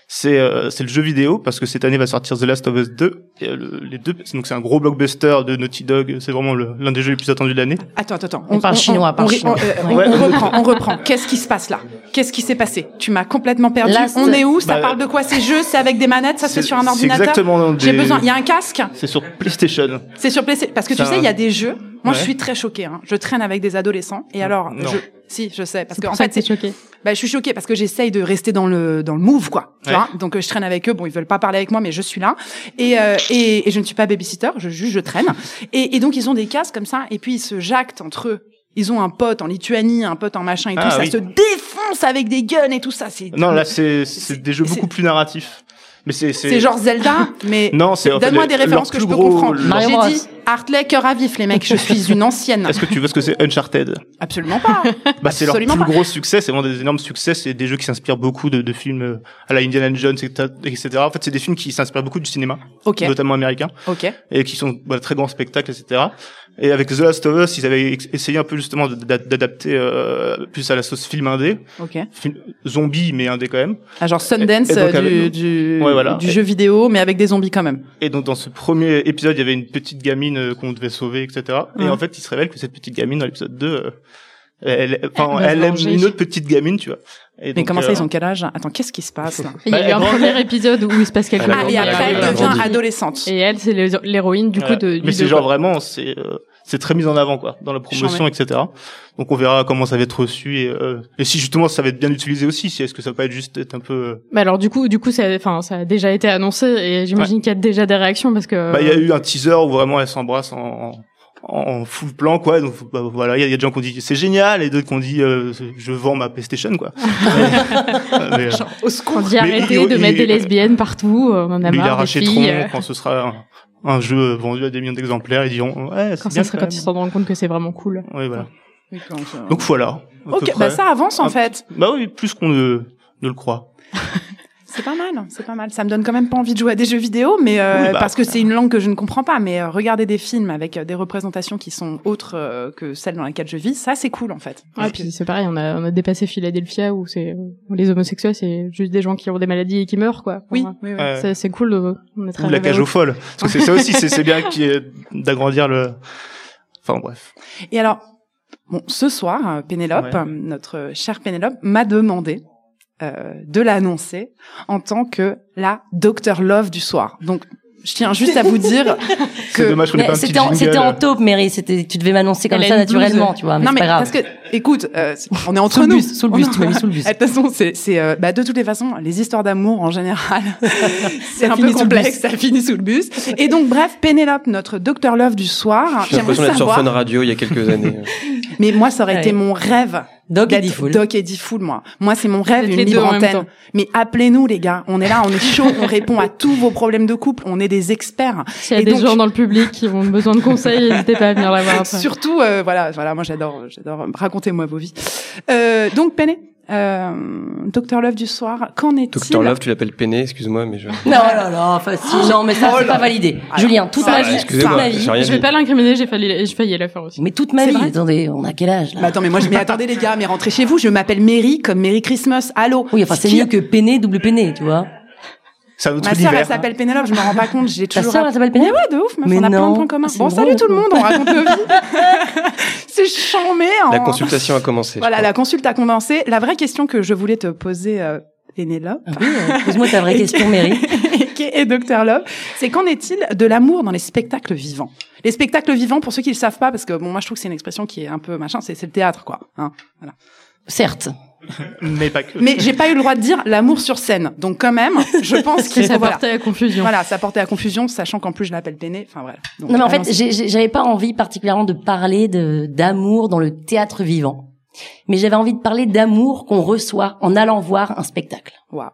Speaker 2: C'est euh, c'est le jeu vidéo parce que cette année va sortir The Last of Us 2. Et, euh, le- les deux, donc c'est un gros blockbuster de Naughty Dog. C'est vraiment le- l'un des jeux les plus attendus de l'année.
Speaker 1: Attends, attends, attends.
Speaker 3: On parle chinois, parle
Speaker 1: ri-
Speaker 3: chinois.
Speaker 1: euh,
Speaker 3: Ouais.
Speaker 1: on-
Speaker 2: Ouais.
Speaker 1: on reprend, on reprend. Qu'est-ce qui se passe là Qu'est-ce qui s'est passé Tu m'as complètement perdu.
Speaker 3: Last-
Speaker 1: On est où Ça
Speaker 2: Bah,
Speaker 1: parle de quoi ces jeux C'est avec des manettes Ça se fait sur un
Speaker 2: C'est
Speaker 1: ordinateur
Speaker 2: exactement. des-
Speaker 1: J'ai besoin. Il y a un casque
Speaker 2: C'est sur PlayStation.
Speaker 1: C'est sur PC parce que tu
Speaker 2: Ça-
Speaker 1: sais, il y a des jeux. Moi, je
Speaker 2: Ouais. Ah,
Speaker 1: suis très choquée. Hein. Je traîne avec des adolescents et alors,
Speaker 2: Non.
Speaker 1: je... si, je sais, parce
Speaker 4: c'est
Speaker 1: que
Speaker 4: pour
Speaker 1: en
Speaker 4: ça
Speaker 1: fait,
Speaker 4: que t'es
Speaker 1: c'est-
Speaker 4: choqué.
Speaker 1: bah, je suis choquée parce que j'essaye de rester dans le dans le move, quoi. Tu
Speaker 2: Ouais.
Speaker 1: vois Donc, euh, je traîne avec eux. Bon, ils veulent pas parler avec moi, mais je suis là et euh, et, et je ne suis pas babysitter. Je juste, je traîne. Et, et donc, ils ont des casques comme ça et puis ils se jactent entre eux. Ils ont un pote en Lituanie, un pote en machin et
Speaker 2: Ah,
Speaker 1: tout.
Speaker 2: oui.
Speaker 1: Ça se défonce avec des guns et tout ça. C'est
Speaker 2: Non, là, c'est c'est
Speaker 1: c'est-
Speaker 2: des jeux
Speaker 1: c'est-
Speaker 2: beaucoup plus narratifs. Mais c'est
Speaker 1: c'est genre Zelda, mais
Speaker 2: Non, c'est en fait,
Speaker 1: donne-moi
Speaker 2: les-
Speaker 1: des références
Speaker 2: leur
Speaker 1: que
Speaker 2: plus
Speaker 1: je peux
Speaker 2: gros-
Speaker 1: comprendre.
Speaker 2: leur-
Speaker 3: Mario Bros.
Speaker 1: J'ai dit Hartley, cœur à vif, les mecs. Je suis une
Speaker 2: [laughs]
Speaker 1: ancienne.
Speaker 2: Est-ce que tu veux ce que c'est Uncharted
Speaker 1: Absolument pas.
Speaker 2: Bah c'est leur plus
Speaker 1: Absolument pas.
Speaker 2: gros succès, c'est vraiment des énormes succès, c'est des jeux qui s'inspirent beaucoup de, de films euh, à la Indiana Jones, etc. etc. En fait, c'est des films qui s'inspirent beaucoup du cinéma,
Speaker 1: Ok,
Speaker 2: notamment américain.
Speaker 1: ok.
Speaker 2: et qui sont voilà, très grands spectacles, etc. Et avec The Last of Us, ils avaient ex- essayé un peu justement de- d'a- d'adapter euh, plus à la sauce film indé,
Speaker 1: Ok.
Speaker 2: film, zombie mais indé quand même.
Speaker 1: Ah, genre Sundance
Speaker 2: Et- et donc
Speaker 1: euh, du,
Speaker 2: avec-
Speaker 1: du,
Speaker 2: Ouais, voilà.
Speaker 1: du
Speaker 2: Et-
Speaker 1: jeu vidéo, mais avec des zombies quand même.
Speaker 2: Et donc dans ce premier épisode, il y avait une petite gamine euh, qu'on devait sauver, etc. Et
Speaker 1: Ouais.
Speaker 2: en fait, il se révèle que cette petite gamine dans l'épisode 2, euh, elle, enfin,
Speaker 4: Elle va
Speaker 2: elle,
Speaker 4: se
Speaker 2: aime
Speaker 4: venger.
Speaker 2: une autre petite gamine, tu vois. Et
Speaker 1: Mais
Speaker 2: donc,
Speaker 1: comment
Speaker 2: euh,
Speaker 1: ça, ils ont quel âge Attends, qu'est-ce qui se passe là
Speaker 4: Il y a
Speaker 2: Bah,
Speaker 4: eu un
Speaker 2: elle-
Speaker 4: premier épisode où il se passe quelque
Speaker 5: Elle a
Speaker 1: Ah,
Speaker 4: chose.
Speaker 1: et après, elle
Speaker 5: Elle a
Speaker 1: devient
Speaker 5: grandi.
Speaker 1: adolescente.
Speaker 4: Et elle, c'est l'hé- l'héroïne du coup
Speaker 2: Voilà.
Speaker 4: de. du
Speaker 2: mais c'est
Speaker 4: deux,
Speaker 2: genre
Speaker 4: quoi.
Speaker 2: vraiment, c'est euh, c'est très mis en avant quoi, dans la promotion,
Speaker 1: Charmé.
Speaker 2: etc. Donc on verra comment ça va être reçu et, euh, et si justement ça va être bien utilisé aussi. Si est-ce que ça va pas être juste être un peu euh,
Speaker 4: Mais alors du coup, du coup, ça, enfin, ça a déjà été annoncé et j'imagine qu'il y a déjà des réactions parce que.
Speaker 2: Bah, il y a eu un teaser où vraiment elle s'embrasse en, en, en full plan, quoi. Donc, bah, voilà, il y, a- il y a des gens qui ont dit c'est génial et d'autres qui ont dit euh, je vends ma PlayStation, quoi. mais, euh,
Speaker 1: Au
Speaker 4: on
Speaker 1: secours.
Speaker 4: dit
Speaker 2: Mais
Speaker 4: arrêtez
Speaker 2: il-
Speaker 4: de
Speaker 2: il-
Speaker 4: mettre des
Speaker 2: il-
Speaker 4: lesbiennes partout, euh, on en a
Speaker 2: mais il a
Speaker 4: marre des
Speaker 2: arraché
Speaker 4: filles. euh,
Speaker 2: Tron quand ce sera un, un jeu vendu à des millions d'exemplaires. Ils diront ouais,
Speaker 4: Quand
Speaker 2: c'est bien
Speaker 4: ça serait
Speaker 2: quand
Speaker 4: quand ils
Speaker 2: même.
Speaker 4: s'en rendent compte que c'est vraiment cool.
Speaker 2: Oui, voilà.
Speaker 1: Oui, quand, euh,
Speaker 2: Donc voilà. à peu
Speaker 1: ok,
Speaker 2: près.
Speaker 1: bah ça avance en
Speaker 2: Un-
Speaker 1: fait.
Speaker 2: Bah oui, plus qu'on ne, ne le croit.
Speaker 1: C'est pas mal, c'est pas mal. Ça me donne quand même pas envie de jouer à des jeux vidéo, mais euh,
Speaker 2: Oui, bah,
Speaker 1: parce que c'est une langue que je ne comprends pas. Mais euh, regarder des films avec euh, des représentations qui sont autres euh, que celles dans lesquelles je vis, ça c'est cool en fait.
Speaker 4: Ah, puis c'est pareil, on a, on a dépassé Philadelphia où c'est où les homosexuels, c'est juste des gens qui ont des maladies et qui meurent, quoi. Enfin,
Speaker 1: Oui,
Speaker 4: ouais.
Speaker 1: oui, oui.
Speaker 2: Ouais.
Speaker 4: C'est- C'est cool de on est très
Speaker 2: Ou la
Speaker 4: révéré.
Speaker 2: cage aux folles. Parce que c'est ça aussi, c'est c'est bien qu'il y ait- d'agrandir le... Enfin bref.
Speaker 1: Et alors, bon, ce soir, euh, Pénélope,
Speaker 2: Ouais.
Speaker 1: euh, notre chère Pénélope, m'a demandé euh, de l'annoncer en tant que la Docteur Love du soir. Donc, je tiens juste à vous
Speaker 3: [laughs]
Speaker 1: dire
Speaker 2: C'est
Speaker 1: que.
Speaker 2: dommage qu'on ait
Speaker 3: Mais
Speaker 2: pas un petit
Speaker 3: C'était en,
Speaker 2: jingle,
Speaker 3: c'était en
Speaker 2: euh,
Speaker 3: taupe, Mary. C'était, tu devais m'annoncer comme
Speaker 4: Elle a
Speaker 3: ça
Speaker 4: une blouse.
Speaker 3: naturellement, tu vois. Mais
Speaker 1: Non
Speaker 3: c'est
Speaker 1: mais
Speaker 3: pas grave.
Speaker 1: parce que, écoute, euh, on est entre
Speaker 3: sous le
Speaker 1: nous. [laughs]
Speaker 3: bus, sous le bus, tu m'as mis sous le bus.
Speaker 1: Ah, De toute façon, c'est, c'est, euh, bah, de toutes les façons, les histoires d'amour en
Speaker 3: [laughs]
Speaker 1: général, c'est un peu
Speaker 3: finit sous le
Speaker 1: complexe,
Speaker 3: bus.
Speaker 1: ça finit sous le bus. Et donc, bref, Pénélope, notre docteur love du soir,
Speaker 5: J'ai l'impression
Speaker 1: j'aimerais
Speaker 5: d'être sur
Speaker 1: savoir.
Speaker 5: Fun Radio il y
Speaker 1: [laughs]
Speaker 5: a quelques années.
Speaker 1: Mais moi, ça aurait
Speaker 3: Ouais.
Speaker 1: été mon rêve
Speaker 3: Doc et
Speaker 1: d'être
Speaker 3: Diffoul.
Speaker 1: Doc et Diffoul, moi. Moi, c'est mon rêve,
Speaker 4: D'être
Speaker 1: une
Speaker 4: les deux
Speaker 1: libre
Speaker 4: en même
Speaker 1: antenne.
Speaker 4: temps.
Speaker 1: Mais appelez-nous, les gars. On est là, on est chaud, on répond à tous vos problèmes de couple. On est des experts.
Speaker 4: S'il y a
Speaker 1: Et
Speaker 4: des
Speaker 1: donc-
Speaker 4: gens dans le public qui ont besoin
Speaker 1: [laughs]
Speaker 4: de conseils, n'hésitez pas à venir la voir après.
Speaker 1: Surtout, euh, voilà, voilà, moi, j'adore, j'adore. Racontez-moi vos vies. Euh, donc, Péné, euh, Docteur Love du soir, qu'en est-il
Speaker 5: Docteur Love, tu l'appelles Péné, excuse-moi, mais je.
Speaker 3: Non, là, là, facile. Non, mais ça,
Speaker 1: Oh
Speaker 3: c'est
Speaker 1: là.
Speaker 3: pas validé.
Speaker 1: Ah,
Speaker 3: Julien, toute
Speaker 1: ça,
Speaker 3: ma
Speaker 1: ouais,
Speaker 3: vie, toute
Speaker 1: excusez-moi,
Speaker 3: ma
Speaker 5: j'ai
Speaker 3: vie.
Speaker 5: rien
Speaker 4: Je vais
Speaker 5: dit.
Speaker 4: pas l'incriminer, j'ai failli, j'ai failli la faire aussi.
Speaker 3: Mais toute ma
Speaker 1: C'est
Speaker 3: vie.
Speaker 1: vrai
Speaker 3: Attendez, on a quel âge,
Speaker 1: Bah
Speaker 3: là?
Speaker 1: attends, mais moi je m'y attendais les gars, mais rentrez chez vous, je m'appelle Mary comme Merry Christmas, allô
Speaker 3: Oui, enfin, c'est
Speaker 1: Qui-
Speaker 3: mieux que peiné, double peiné, tu vois.
Speaker 2: C'est un autre
Speaker 1: Ma sœur,
Speaker 2: univers.
Speaker 1: elle s'appelle Pénélope, je me rends pas compte, j'ai
Speaker 3: Ta
Speaker 1: toujours...
Speaker 3: sœur, elle s'appelle
Speaker 1: Mais
Speaker 3: Pénélope?
Speaker 1: ouais, de ouf, meuf,
Speaker 3: Mais
Speaker 1: on a plein
Speaker 3: non.
Speaker 1: de points communs.
Speaker 3: Ah, c'est
Speaker 1: Bon,
Speaker 3: drôle.
Speaker 1: salut tout le monde, on raconte nos vies. c'est chambé. En...
Speaker 5: La consultation a commencé. je
Speaker 1: Voilà,
Speaker 5: crois.
Speaker 1: la consulte a condensé. La vraie question que je voulais te poser, euh, Pénélope, [laughs]
Speaker 3: Ah oui, euh, Pose-moi ta vraie
Speaker 1: Et-
Speaker 3: question, Mary.
Speaker 1: et Docteur Love, c'est qu'en est-il de l'amour dans les spectacles vivants Les spectacles vivants, pour ceux qui le savent pas, parce que bon, moi je trouve que c'est une expression qui est un peu machin, c'est c'est le théâtre quoi. hein.
Speaker 3: Certes.
Speaker 2: Mais pas que.
Speaker 1: Mais j'ai pas eu le droit de dire l'amour sur scène. Donc quand même, je
Speaker 3: [laughs]
Speaker 1: pense
Speaker 4: Qui
Speaker 1: qu'il
Speaker 4: ça
Speaker 1: faut voilà.
Speaker 4: portait à confusion.
Speaker 1: Voilà, ça portait à confusion, sachant qu'en plus je l'appelle Péné. Enfin voilà. Donc,
Speaker 3: Non, mais en fait,
Speaker 1: allons-y.
Speaker 3: j'ai- j'ai- j'avais pas envie particulièrement de parler de d'amour dans le théâtre vivant, mais j'avais envie de parler d'amour qu'on reçoit en allant voir un spectacle.
Speaker 1: Waouh.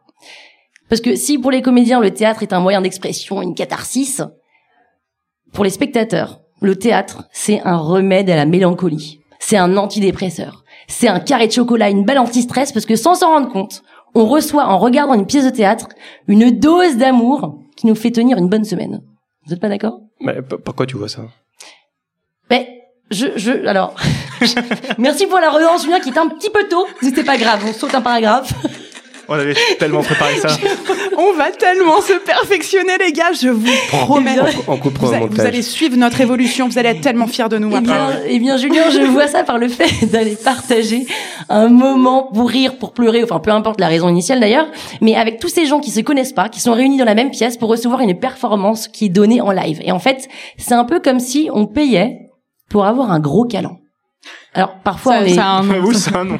Speaker 3: Parce que si pour les comédiens le théâtre est un moyen d'expression, une catharsis, pour les spectateurs, le théâtre c'est un remède à la mélancolie, c'est un antidépresseur, c'est un carré de chocolat, une balle anti-stress, parce que sans s'en rendre compte, on reçoit en regardant une pièce de théâtre une dose d'amour qui nous fait tenir une bonne semaine. Vous êtes pas d'accord
Speaker 5: Mais p- pourquoi tu vois ça
Speaker 3: ben, je, je, alors, [laughs] merci pour la relance, Julien, qui est un petit peu tôt. mais C'était pas grave, on saute un paragraphe.
Speaker 2: On avait tellement préparé ça.
Speaker 1: on va tellement se perfectionner, les gars. Je vous promets.
Speaker 5: On coupera
Speaker 1: Vous,
Speaker 5: au
Speaker 1: allez- vous allez
Speaker 5: montage.
Speaker 1: suivre notre évolution. Vous allez être tellement fiers de nous
Speaker 3: Eh
Speaker 1: après.
Speaker 3: bien, eh bien, Julien, je vois ça par le fait [laughs] d'aller partager un moment pour rire, pour pleurer, enfin, peu importe la raison initiale d'ailleurs, mais avec tous ces gens qui se connaissent pas, qui sont réunis dans la même pièce pour recevoir une performance qui est donnée en live. Et en fait, c'est un peu comme si on payait pour avoir un gros câlin. Alors, parfois,
Speaker 4: Ça,
Speaker 3: on est...
Speaker 4: ça a un nom.
Speaker 2: Vous, c'est un nom.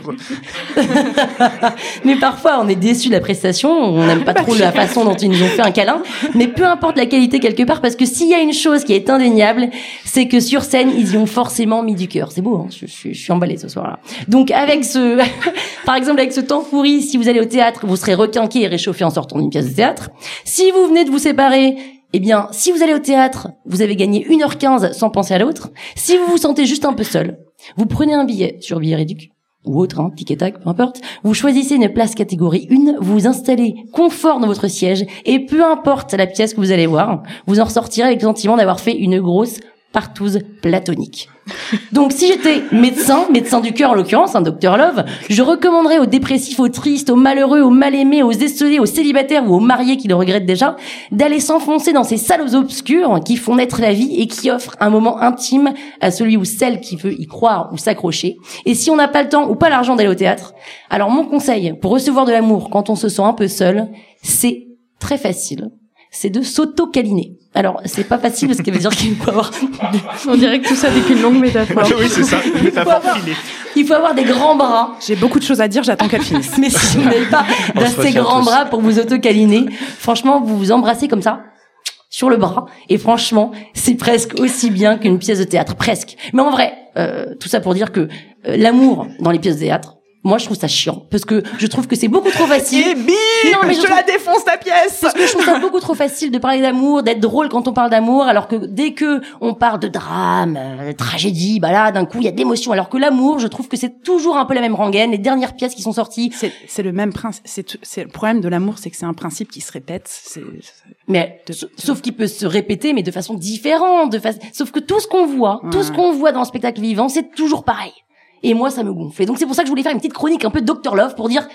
Speaker 1: [laughs]
Speaker 3: Mais parfois, on est déçu de la prestation, on n'aime pas trop la façon dont ils nous ont fait un câlin. Mais peu importe la qualité quelque part, parce que s'il y a une chose qui est indéniable, c'est que sur scène, ils y ont forcément mis du cœur. C'est beau, hein je, je- je suis emballée ce soir-là. Donc avec ce, [laughs] par exemple, avec ce temps pourri, si vous allez au théâtre, vous serez requinqué et réchauffé en sortant d'une pièce de théâtre. Si vous venez de vous séparer, eh bien, si vous allez au théâtre, vous avez gagné 1h15 sans penser à l'autre. Si vous vous sentez juste un peu seul, vous prenez un billet sur Billet Réduc ou autre, hein, ticket tac, peu importe. Vous choisissez une place catégorie 1, vous vous installez confort dans votre siège et peu importe la pièce que vous allez voir, vous en ressortirez avec le sentiment d'avoir fait une grosse partouze platonique. Donc si j'étais médecin, médecin du cœur en l'occurrence, un docteur Love, je recommanderais aux dépressifs, aux tristes, aux malheureux, aux mal-aimés, aux esselés, aux célibataires ou aux mariés qui le regrettent déjà, d'aller s'enfoncer dans ces salles obscures qui font naître la vie et qui offrent un moment intime à celui ou celle qui veut y croire ou s'accrocher. Et si on n'a pas le temps ou pas l'argent d'aller au théâtre, alors mon conseil pour recevoir de l'amour quand on se sent un peu seul, c'est très facile. C'est de s'auto-câliner. Alors, c'est pas facile parce qu'il veut dire qu'il faut avoir
Speaker 4: On dirait que tout ça n'est qu'une longue métaphore.
Speaker 2: [laughs] oui,
Speaker 1: [laughs]
Speaker 2: c'est ça. Une métaphore filée.
Speaker 3: Il faut avoir des grands bras.
Speaker 1: J'ai beaucoup de choses à dire. J'attends
Speaker 3: [laughs]
Speaker 1: qu'elle finisse.
Speaker 3: Mais si vous n'avez pas
Speaker 5: On se
Speaker 3: d'assez
Speaker 5: retient
Speaker 3: grands
Speaker 5: tous.
Speaker 3: bras pour vous auto-câliner, franchement, vous vous embrassez comme ça sur le bras et franchement c'est presque aussi bien qu'une pièce de théâtre presque mais en vrai euh, tout ça pour dire que euh, l'amour dans les pièces de théâtre Moi, je trouve ça chiant parce que je trouve que c'est beaucoup trop facile.
Speaker 1: Et bim
Speaker 3: Non, mais
Speaker 1: Je
Speaker 3: je
Speaker 1: la défonce ta pièce
Speaker 3: Parce que je trouve
Speaker 1: [laughs]
Speaker 3: ça beaucoup trop facile de parler d'amour, d'être drôle quand on parle d'amour, alors que dès que on parle de drame, euh, de tragédie, bah là, d'un coup, il y a de l'émotion. Alors que l'amour, je trouve que c'est toujours un peu la même rengaine. Les dernières pièces qui sont sorties,
Speaker 1: C'est c'est le même principe. C'est tout- c'est- le problème de l'amour, c'est que c'est un principe qui se répète. C'est
Speaker 3: mais
Speaker 1: De-
Speaker 3: sa- sauf qu'il peut se répéter, mais de façon différente. De fa- Sauf que tout ce qu'on voit, tout ce
Speaker 1: Ouais.
Speaker 3: qu'on voit dans le spectacle vivant, c'est toujours pareil. Et moi, ça me gonfle. Et donc c'est pour ça que je voulais faire une petite chronique un peu Doctor Love pour dire.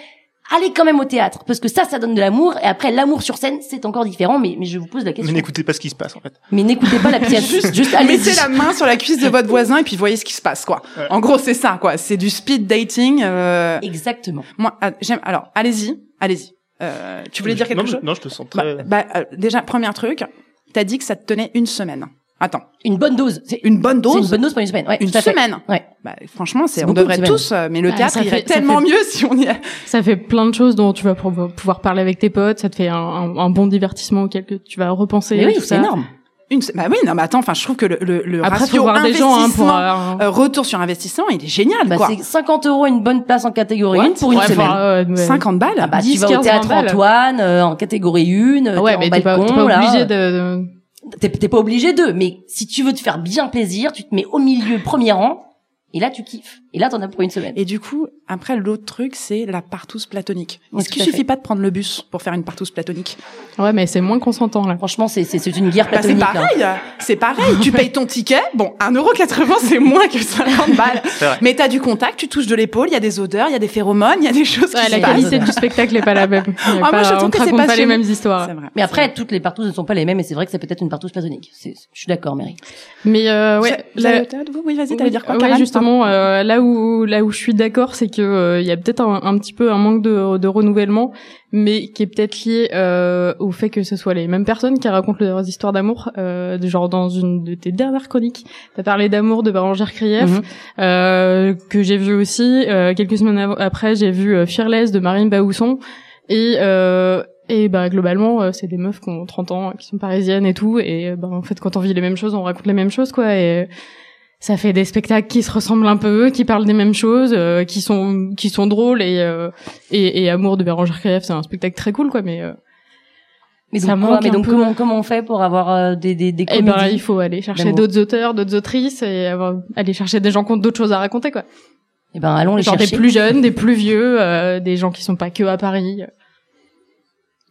Speaker 3: Allez quand même au théâtre, parce que ça, ça donne de l'amour, et après, l'amour sur scène, c'est encore différent, mais, mais je vous pose la
Speaker 2: Mais
Speaker 3: question.
Speaker 2: n'écoutez pas ce qui se passe en fait.
Speaker 3: Mais n'écoutez pas la
Speaker 1: [laughs]
Speaker 3: pièce, juste, juste allez
Speaker 1: mettez la main sur la cuisse de votre voisin et puis voyez ce qui se passe, quoi.
Speaker 2: Ouais.
Speaker 1: En gros, c'est ça, quoi. C'est du speed dating. euh,
Speaker 3: Exactement.
Speaker 1: Moi, ah, j'aime. Alors, allez-y, allez-y. Euh, tu voulais dire quelque
Speaker 2: non,
Speaker 1: chose
Speaker 2: Non, je te sens très.
Speaker 1: Bah, bah, euh, déjà, premier truc, t'as dit que ça te tenait une semaine. Attends,
Speaker 3: Une bonne dose. C'est
Speaker 1: une bonne
Speaker 3: c'est
Speaker 1: dose
Speaker 3: une bonne dose pour une semaine. Ouais,
Speaker 1: Une
Speaker 3: tout à fait.
Speaker 1: semaine.
Speaker 3: Ouais.
Speaker 1: Bah, franchement,
Speaker 3: C'est
Speaker 1: c'est on
Speaker 3: beaucoup de
Speaker 1: devrait
Speaker 3: semaines.
Speaker 1: tous, euh, mais le
Speaker 4: Ouais,
Speaker 1: théâtre
Speaker 4: ça
Speaker 1: irait
Speaker 4: fait- ça
Speaker 1: tellement
Speaker 4: fait-
Speaker 1: mieux si on y. allait.
Speaker 4: Ça fait plein de choses dont tu vas pouvoir pouvoir parler avec tes potes, ça te fait un, un- un bon divertissement auquel que tu vas repenser
Speaker 3: Mais oui,
Speaker 4: tout
Speaker 3: c'est
Speaker 4: ça.
Speaker 3: énorme.
Speaker 1: Une... se- Bah oui, non, mais attends. Enfin, je trouve que le le, le
Speaker 4: Après,
Speaker 1: ratio
Speaker 4: faut voir des gens hein,
Speaker 1: investissement,
Speaker 4: pour avoir un-
Speaker 1: euh, retour sur investissement, il est génial,
Speaker 3: Bah,
Speaker 1: quoi.
Speaker 3: c'est 50 euros une bonne place en catégorie
Speaker 1: What
Speaker 3: 1 pour une
Speaker 4: Ouais,
Speaker 3: semaine.
Speaker 4: enfin, euh, ouais.
Speaker 1: 50 balles.
Speaker 3: Ah bah,
Speaker 4: 10,
Speaker 3: tu vas au
Speaker 4: 15,
Speaker 3: théâtre
Speaker 4: 20 balles.
Speaker 3: Antoine euh, en catégorie 1,
Speaker 4: Ah
Speaker 3: euh,
Speaker 4: ouais,
Speaker 3: t'es
Speaker 4: mais
Speaker 3: en
Speaker 4: t'es pas,
Speaker 3: balcon,
Speaker 4: t'es pas
Speaker 3: là.
Speaker 4: obligé de, de-
Speaker 3: T'es- t'es pas obligé d'eux, mais si tu veux te faire bien plaisir, tu te mets au milieu, premier rang, et là tu kiffes. Et là t'en as pour une semaine.
Speaker 1: Et du coup, après, l'autre truc, c'est la partouze platonique.
Speaker 3: Oui,
Speaker 1: Est-ce
Speaker 3: tout
Speaker 1: qu'il
Speaker 3: à
Speaker 1: suffit
Speaker 3: fait.
Speaker 1: pas de prendre le bus pour faire une partouze platonique
Speaker 4: Ouais, mais c'est moins consentant là.
Speaker 3: Franchement, c'est c'est- c'est une guerre
Speaker 1: Bah, c'est
Speaker 3: platonique. hein.
Speaker 1: pareil, c'est pareil. tu payes ton ticket, bon, 1,80€, c'est moins que 50 balles.
Speaker 2: C'est vrai.
Speaker 1: Mais t'as du contact, tu touches de l'épaule, il y a des odeurs, il y a des phéromones, il y a des choses
Speaker 4: Ouais,
Speaker 1: qui
Speaker 4: la
Speaker 1: se passent.
Speaker 4: qualité du spectacle est pas la même. Il y a
Speaker 1: Ah, moi,
Speaker 4: pas-
Speaker 1: je trouve
Speaker 4: on
Speaker 1: que
Speaker 4: te
Speaker 1: c'est
Speaker 4: raconte pas les
Speaker 1: passionnant.
Speaker 4: mêmes histoires.
Speaker 1: C'est vrai.
Speaker 3: hein. Mais après, toutes les partous ne sont pas les mêmes, et c'est vrai que ça peut être une partouze platonique. C'est- Je suis d'accord, Mary.
Speaker 4: Mais euh,
Speaker 1: Vous-
Speaker 4: ouais,
Speaker 1: vous
Speaker 4: la-
Speaker 1: avez le théâtre, vous Oui, vas-y, t'allais
Speaker 4: Oui,
Speaker 1: dire quoi
Speaker 4: ouais,
Speaker 1: Karen
Speaker 4: justement, euh, là où là où je suis d'accord, c'est que euh, il y a peut-être un, un petit peu un manque de, de renouvellement, mais qui est peut-être lié euh, au fait que ce soit les mêmes personnes qui racontent leurs histoires d'amour. Euh, de- genre dans une de tes dernières chroniques, t'as parlé d'amour de Bérangère Krief,
Speaker 3: Mhm.
Speaker 4: euh, que j'ai vu aussi. Euh, quelques semaines av- après, j'ai vu euh, Fearless de Marine Baousson. Et, euh, et bah, globalement, euh, c'est des meufs qui ont 30 ans, qui sont parisiennes et tout. Et euh, ben en fait, quand on vit les mêmes choses, on raconte les mêmes choses, quoi. Et euh, ça fait des spectacles qui se ressemblent un peu, qui parlent des mêmes choses, euh, qui sont qui sont drôles. Et, euh, et, et Amour de Bérangère Krief, c'est un spectacle très cool, quoi. Mais euh,
Speaker 3: Mais
Speaker 4: Ça
Speaker 3: donc, quoi,
Speaker 4: manque
Speaker 3: mais
Speaker 4: un
Speaker 3: donc
Speaker 4: peu.
Speaker 3: comment, comment on fait pour avoir euh, des, des, des
Speaker 4: eh
Speaker 3: comédies
Speaker 4: ben, il faut aller chercher
Speaker 3: D'amour.
Speaker 4: d'autres auteurs, d'autres autrices, et avoir- aller chercher des gens qui ont d'autres choses à raconter, quoi.
Speaker 3: Eh ben, allons les
Speaker 4: Genre
Speaker 3: chercher.
Speaker 4: des plus jeunes, des plus vieux, euh, des gens qui sont pas que à Paris.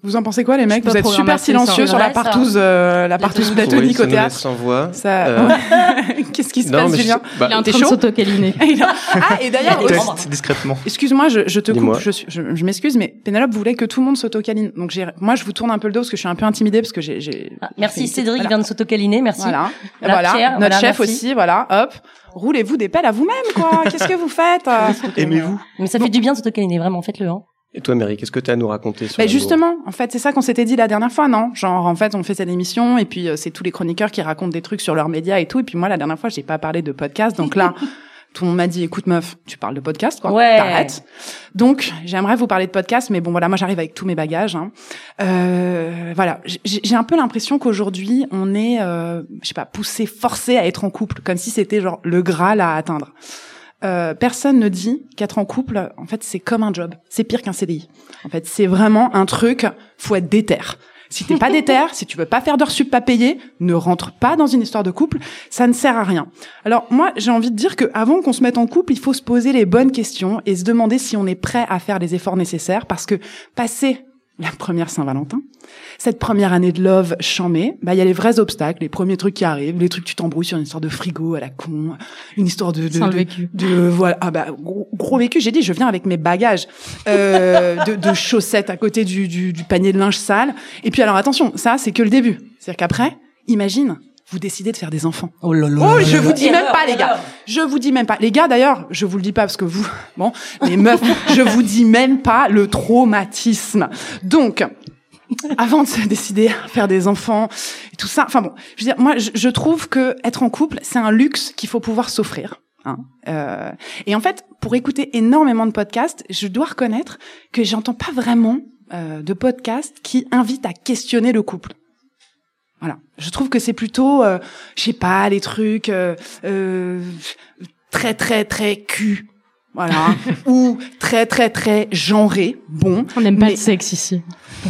Speaker 1: Vous en pensez quoi, les
Speaker 4: Je suis
Speaker 1: mecs
Speaker 4: pas
Speaker 1: Vous êtes super
Speaker 4: programmatrice,
Speaker 1: silencieux
Speaker 3: hein.
Speaker 1: sur la
Speaker 3: Ouais, ça.
Speaker 1: partouze, euh, la partouze
Speaker 3: Désolée.
Speaker 1: platonique au
Speaker 5: ça me laisse
Speaker 1: théâtre.
Speaker 5: sans voix.
Speaker 1: Ça,
Speaker 5: Euh,
Speaker 1: [laughs] qu'est-ce qui se
Speaker 5: non,
Speaker 1: passe,
Speaker 5: mais je-
Speaker 1: Julien
Speaker 5: bah,
Speaker 4: Il est en
Speaker 1: t'es
Speaker 4: train de
Speaker 1: chaud [laughs]
Speaker 4: s'auto-câliner.
Speaker 1: Ah, et d'ailleurs,
Speaker 3: Il y a des
Speaker 1: aussi-
Speaker 3: grands-
Speaker 2: Test discrètement.
Speaker 1: Excuse-moi, je, je te coupe,
Speaker 5: Dis-moi.
Speaker 1: je, suis- je, je m'excuse, mais Pénélope voulait que tout le monde s'autocaline. Donc j'ai, moi, je vous tourne un peu le dos parce que je suis un peu intimidée parce que j'ai, j'ai
Speaker 3: Ah, merci
Speaker 1: Voilà.
Speaker 3: Cédric vient de s'autocaliner, merci.
Speaker 1: voilà,
Speaker 3: Voilà,
Speaker 1: voilà,
Speaker 3: Pierre,
Speaker 1: notre
Speaker 3: voilà,
Speaker 1: chef
Speaker 3: merci.
Speaker 1: aussi, voilà, hop, roulez-vous des pelles à vous-même,
Speaker 3: [laughs]
Speaker 1: quoi. Qu'est-ce que vous faites euh
Speaker 2: Aimez-vous.
Speaker 3: Mais ça fait du bien de s'autocaliner, vraiment, faites-le. Hein.
Speaker 5: Et toi, Mary, qu'est-ce que t'as à nous raconter sur
Speaker 1: Ben
Speaker 5: l'amour
Speaker 1: justement, en fait, c'est ça qu'on s'était dit la dernière fois, non Genre, en fait, on fait cette émission et puis euh, c'est tous les chroniqueurs qui racontent des trucs sur leurs médias et tout. Et puis moi, la dernière fois, j'ai pas parlé de podcast, donc là, tout le monde m'a dit, écoute meuf, tu parles de podcast, quoi.
Speaker 3: Ouais.
Speaker 1: T'arrêtes. Donc, j'aimerais vous parler de podcast, mais bon, voilà, moi, j'arrive avec tous mes bagages. Hein. Euh, voilà, J'ai- j'ai un peu l'impression qu'aujourd'hui, on est, euh, je sais pas, poussé, forcé à être en couple, comme si c'était genre le graal à atteindre. Euh, personne ne dit qu'être en couple, en fait, c'est comme un job. C'est pire qu'un CDI. En fait, c'est vraiment un truc, faut être déter. Si t'es pas
Speaker 4: [laughs]
Speaker 1: déter, si tu veux pas faire d'heures sup pas payées, ne rentre pas dans une histoire de couple, ça ne sert à rien. Alors moi, j'ai envie de dire que avant qu'on se mette en couple, il faut se poser les bonnes questions et se demander si on est prêt à faire les efforts nécessaires parce que passer la première Saint-Valentin, cette première année de love chamée, bah il y a les vrais obstacles, les premiers trucs qui arrivent, les trucs que tu t'embrouilles sur une histoire de frigo à la con, une histoire de, de-
Speaker 4: Sans le
Speaker 1: de-
Speaker 4: vécu.
Speaker 1: de voilà ah bah gros, gros vécu j'ai dit je viens avec mes bagages euh, de, de chaussettes à côté du, du, du panier de linge sale et puis alors attention ça c'est que le début c'est à dire qu'après imagine vous décidez de faire des enfants
Speaker 3: Oh là là.
Speaker 1: oh je vous dis même
Speaker 3: Erreur,
Speaker 1: pas les gars
Speaker 3: erreur.
Speaker 1: je vous dis même pas les gars d'ailleurs je vous le dis pas parce que vous [laughs] bon les meufs je vous dis même pas le traumatisme donc avant de se décider à faire des enfants et tout ça. Enfin bon, je veux dire, moi, je, je trouve que être en couple, c'est un luxe qu'il faut pouvoir s'offrir. hein. Euh, et en fait, pour écouter énormément de podcasts, je dois reconnaître que j'entends pas vraiment euh, de podcasts qui invitent à questionner le couple. Voilà, je trouve que c'est plutôt, euh, je sais pas, les trucs euh, euh, très très très cul. voilà, [laughs] hein, ou très très très genré, bon.
Speaker 4: On n'aime pas
Speaker 1: Mais-
Speaker 4: le sexe ici.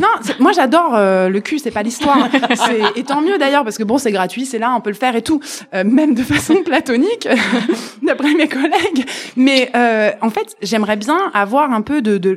Speaker 1: Non, c'est- moi j'adore euh, le cul, c'est pas
Speaker 4: [laughs]
Speaker 1: l'histoire. C'est- Et tant mieux d'ailleurs parce que bon, c'est gratuit, c'est là, on peut le faire et tout, Euh, même de façon [laughs] platonique, d'après mes collègues. Mais euh, en fait, j'aimerais bien avoir un peu de, de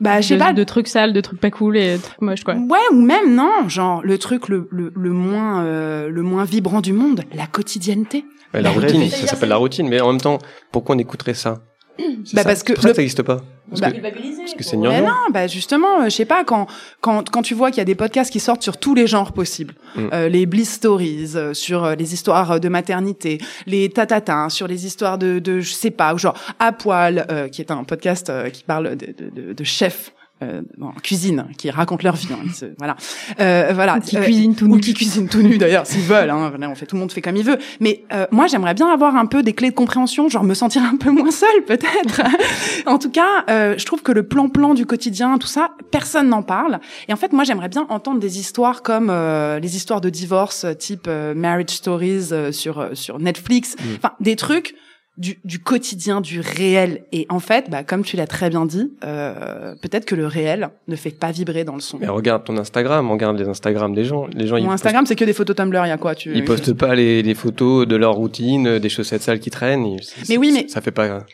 Speaker 1: bah, je sais
Speaker 4: de,
Speaker 1: pas,
Speaker 4: de trucs sales, de trucs pas cool et de trucs moches, quoi.
Speaker 1: Ouais, ou même non, genre le truc le, le, le moins euh, le moins vibrant du monde, la quotidienneté.
Speaker 5: Ouais, la
Speaker 2: La vraie
Speaker 5: routine,
Speaker 2: vie.
Speaker 5: ça s'appelle la routine, mais en même temps, pourquoi on écouterait ça C'est
Speaker 1: Bah,
Speaker 5: ça.
Speaker 1: parce que
Speaker 5: Pour ça,
Speaker 1: le-
Speaker 5: ça n'existe pas.
Speaker 1: Bah,
Speaker 5: Parce que c'est
Speaker 1: Mais
Speaker 5: gnangnan.
Speaker 1: non, bah justement, euh, je sais pas quand quand quand tu vois qu'il y a des podcasts qui sortent sur tous les genres possibles,
Speaker 5: Mm.
Speaker 1: Euh, les bliss stories euh, sur euh, les histoires euh, de maternité, les tatatins sur les histoires de de je sais pas, ou genre à poil euh, qui est un podcast euh, qui parle de de, de, de chefs euh, en cuisine qui racontent leur vie, hein, ils se- [laughs] voilà, Euh, voilà,
Speaker 4: Ou qui
Speaker 1: Euh,
Speaker 4: cuisinent tout
Speaker 1: ou
Speaker 4: nu.
Speaker 1: qui cuisinent tout nu d'ailleurs s'ils veulent, hein, voilà, on fait tout le monde fait comme il veut. Mais euh, moi j'aimerais bien avoir un peu des clés de compréhension, genre me sentir un peu moins seule peut-être. [laughs] En tout cas, euh, je trouve que le plan-plan du quotidien, tout ça, personne n'en parle. Et en fait, moi, j'aimerais bien entendre des histoires comme euh, les histoires de divorce, euh, type euh, Marriage Stories euh, sur euh, sur Netflix.
Speaker 5: Mm.
Speaker 1: Enfin, des trucs du, du quotidien, du réel. Et en fait, bah, comme tu l'as très bien dit, euh, peut-être que le réel ne fait pas vibrer dans le son.
Speaker 5: Mais regarde ton Instagram, regarde les Instagram des gens. Les gens, ils
Speaker 1: Mon
Speaker 5: postent-
Speaker 1: Instagram, c'est que des photos Tumblr, il y a quoi tu...
Speaker 5: Ils postent pas les, les photos de leur routine, euh, des chaussettes sales qui traînent. ils-
Speaker 1: Mais oui,
Speaker 5: ça-
Speaker 1: mais-
Speaker 5: ça fait pas.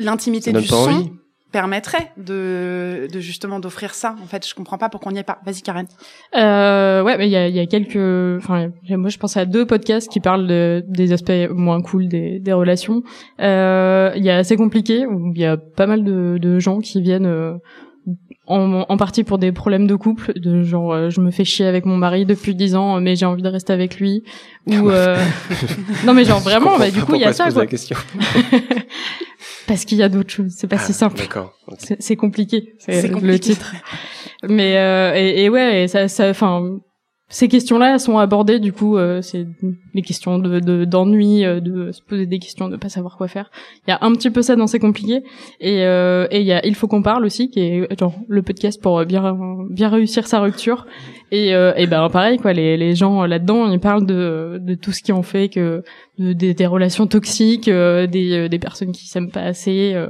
Speaker 1: L'intimité
Speaker 5: Ça donne
Speaker 1: du
Speaker 5: pas
Speaker 1: son
Speaker 5: envie.
Speaker 1: permettrait de, de justement d'offrir ça. En fait, je comprends pas pourquoi on n'y est pas. Vas-y, Karen.
Speaker 4: Euh, ouais, mais il y a, il y a quelques. Enfin, moi, je pense à deux podcasts qui parlent de- des aspects moins cool des, des relations. Euh, Il y a assez compliqué où il y a pas mal de, de gens qui viennent euh, en, en partie pour des problèmes de couple, de genre euh, je me fais chier avec mon mari depuis 10 ans, mais j'ai envie de rester avec lui.
Speaker 5: [laughs]
Speaker 4: Ou euh, non, mais genre vraiment,
Speaker 5: Je
Speaker 4: bah, du
Speaker 5: comprends
Speaker 4: coup, il y
Speaker 5: pas
Speaker 4: a
Speaker 5: pourquoi se
Speaker 4: ça
Speaker 5: pose
Speaker 4: quoi.
Speaker 5: La question.
Speaker 4: Parce qu'il y a d'autres choses. C'est pas si
Speaker 5: Ah,
Speaker 4: simple.
Speaker 5: D'accord. ok.
Speaker 4: C'est c'est compliqué,
Speaker 1: C'est
Speaker 4: c'est le
Speaker 1: compliqué.
Speaker 4: titre. Mais euh, et, et ouais, et ça, ça, enfin, ces questions-là elles sont abordées du coup, euh, c'est les questions de de- d'ennui, euh, de, se poser des questions, de pas savoir quoi faire. Il y a un petit peu ça dans c'est compliqué. Et euh, et il y a il faut qu'on parle aussi, qui est genre le podcast pour euh, bien bien réussir sa rupture. Et euh, et ben pareil quoi, les les gens euh, là-dedans ils parlent de de tout ce qui en fait que de- des, des relations toxiques, euh, des euh, des personnes qui s'aiment pas assez. euh,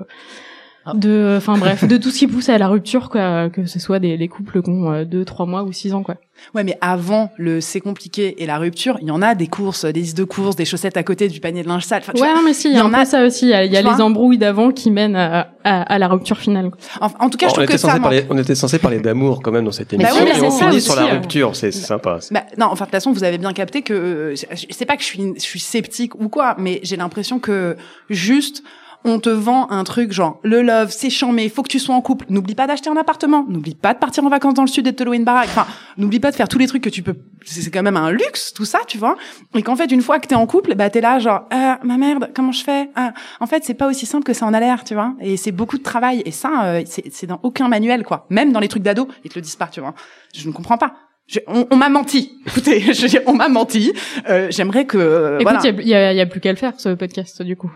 Speaker 4: de enfin bref de tout ce qui pousse à la rupture quoi que ce soit des, des couples qui ont euh, deux trois mois ou six ans quoi
Speaker 1: Ouais, mais avant le c'est compliqué et la rupture, il y en a des courses, des listes de courses, des chaussettes à côté du panier de linge sale. Enfin, tu
Speaker 4: ouais non, mais si il y, en a ça aussi il y a, il y a
Speaker 1: Tu vois
Speaker 4: les embrouilles d'avant qui mènent à, à, à la rupture finale quoi.
Speaker 1: vois, en, en tout cas, je
Speaker 5: on,
Speaker 1: trouve
Speaker 5: était
Speaker 1: que ça.
Speaker 5: censé
Speaker 1: manque.
Speaker 5: parler, on était censé parler d'amour quand même dans cette
Speaker 3: Bah
Speaker 5: émission.
Speaker 3: oui, mais
Speaker 5: et
Speaker 3: c'est
Speaker 5: on
Speaker 3: ça
Speaker 5: finit
Speaker 4: aussi,
Speaker 5: sur la
Speaker 4: euh.
Speaker 5: rupture, c'est c'est sympa.
Speaker 1: Bah, non, enfin de toute façon, vous avez bien capté que euh, je- je sais pas que je suis je suis sceptique ou quoi, mais j'ai l'impression que juste on te vend un truc genre le love, c'est il faut que tu sois en couple, n'oublie pas d'acheter un appartement, n'oublie pas de partir en vacances dans le sud et de te louer une baraque, enfin n'oublie pas de faire tous les trucs que tu peux, c'est c'est quand même un luxe tout ça, tu vois, et qu'en fait une fois que t'es en couple, bah t'es là genre euh, ma merde, comment je fais Ah, En fait c'est pas aussi simple que ça en a l'air, tu vois, et c'est beaucoup de travail et ça euh, c'est c'est dans aucun manuel quoi, même dans les trucs d'ado ils te le disent pas, tu vois, je ne comprends pas. Je- on on m'a menti. [laughs] Écoutez, je veux dire, on m'a menti. Euh, J'aimerais que euh,
Speaker 4: écoute
Speaker 1: voilà.
Speaker 4: il y, a, il y a plus qu'à le faire ce podcast du coup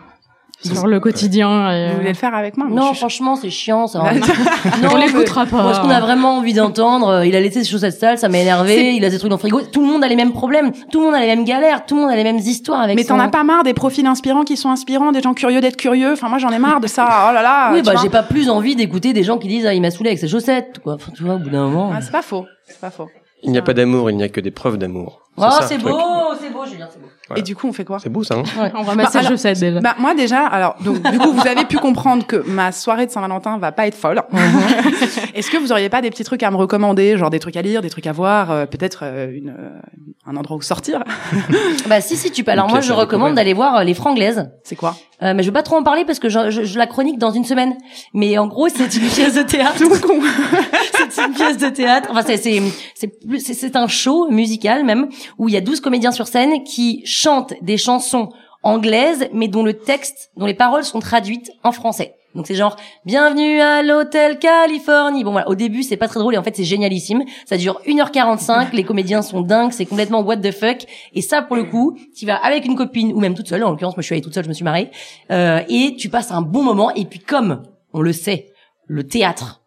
Speaker 4: sur le quotidien et, euh,
Speaker 1: Vous voulez le faire avec moi Moi,
Speaker 3: Non,
Speaker 1: je suis-
Speaker 3: franchement, c'est chiant,
Speaker 1: [laughs]
Speaker 3: ça.
Speaker 1: Ouais.
Speaker 3: non,
Speaker 4: on l'écoutera pas
Speaker 3: Parce qu'on a vraiment envie d'entendre, euh, il a laissé ses chaussettes sales, ça m'a énervé, il a ses trucs dans le frigo. Tout le monde a les mêmes problèmes, tout le monde a les mêmes galères, tout le monde a les mêmes histoires avec
Speaker 1: Mais
Speaker 3: son-
Speaker 1: t'en as pas marre des profils inspirants qui sont inspirants, des gens curieux d'être curieux. Enfin, moi, j'en ai marre de ça. Oh là là.
Speaker 3: Oui,
Speaker 1: tu
Speaker 3: bah
Speaker 1: vois.
Speaker 3: j'ai pas plus envie d'écouter des gens qui disent ah il m'a saoulé avec ses chaussettes quoi. Enfin, tu vois au bout d'un moment. euh.
Speaker 1: Ah, c'est pas faux. C'est pas faux.
Speaker 5: Il n'y a pas d'amour, il n'y a que des preuves d'amour.
Speaker 3: Ah
Speaker 5: ça,
Speaker 3: c'est
Speaker 5: le truc.
Speaker 3: beau, c'est beau Julien, c'est beau.
Speaker 5: Voilà.
Speaker 1: Et du coup, on fait quoi
Speaker 5: C'est beau ça. Hein
Speaker 4: on ramasse
Speaker 1: Bah,
Speaker 4: ses
Speaker 1: alors-
Speaker 4: chaussettes déjà
Speaker 1: Bah moi déjà, alors donc du coup vous avez pu comprendre que ma soirée de Saint-Valentin va pas être folle.
Speaker 3: Mm-hmm.
Speaker 1: Est-ce que vous auriez pas des petits trucs à me recommander, genre des trucs à lire, des trucs à voir, euh, peut-être euh, une, euh, un endroit où sortir
Speaker 3: Bah si si tu peux. Alors
Speaker 5: Une
Speaker 3: moi
Speaker 5: pièce
Speaker 3: je
Speaker 5: à
Speaker 3: recommande
Speaker 5: découvrir.
Speaker 3: d'aller voir euh, les franglaises.
Speaker 1: C'est quoi
Speaker 3: Euh, mais je veux pas trop en parler parce que je, je- je la chronique dans une semaine. Mais en gros c'est une [laughs] pièce de théâtre.
Speaker 1: Tout con.
Speaker 3: [laughs] c'est une pièce de théâtre. Enfin, c'est c'est c'est plus- c'est- c'est un show musical même où il y a 12 comédiens sur scène qui chantent des chansons anglaises mais dont le texte, dont les paroles sont traduites en français. Donc c'est genre bienvenue à l'hôtel Californie. Bon voilà, au début c'est pas très drôle et en fait c'est génialissime. Ça dure 1h45, les comédiens sont dingues, c'est complètement what the fuck et ça pour le coup, tu vas avec une copine ou même toute seule en l'occurrence moi je suis allée toute seule, je me suis mariée euh, et tu passes un bon moment et puis comme on le sait, le théâtre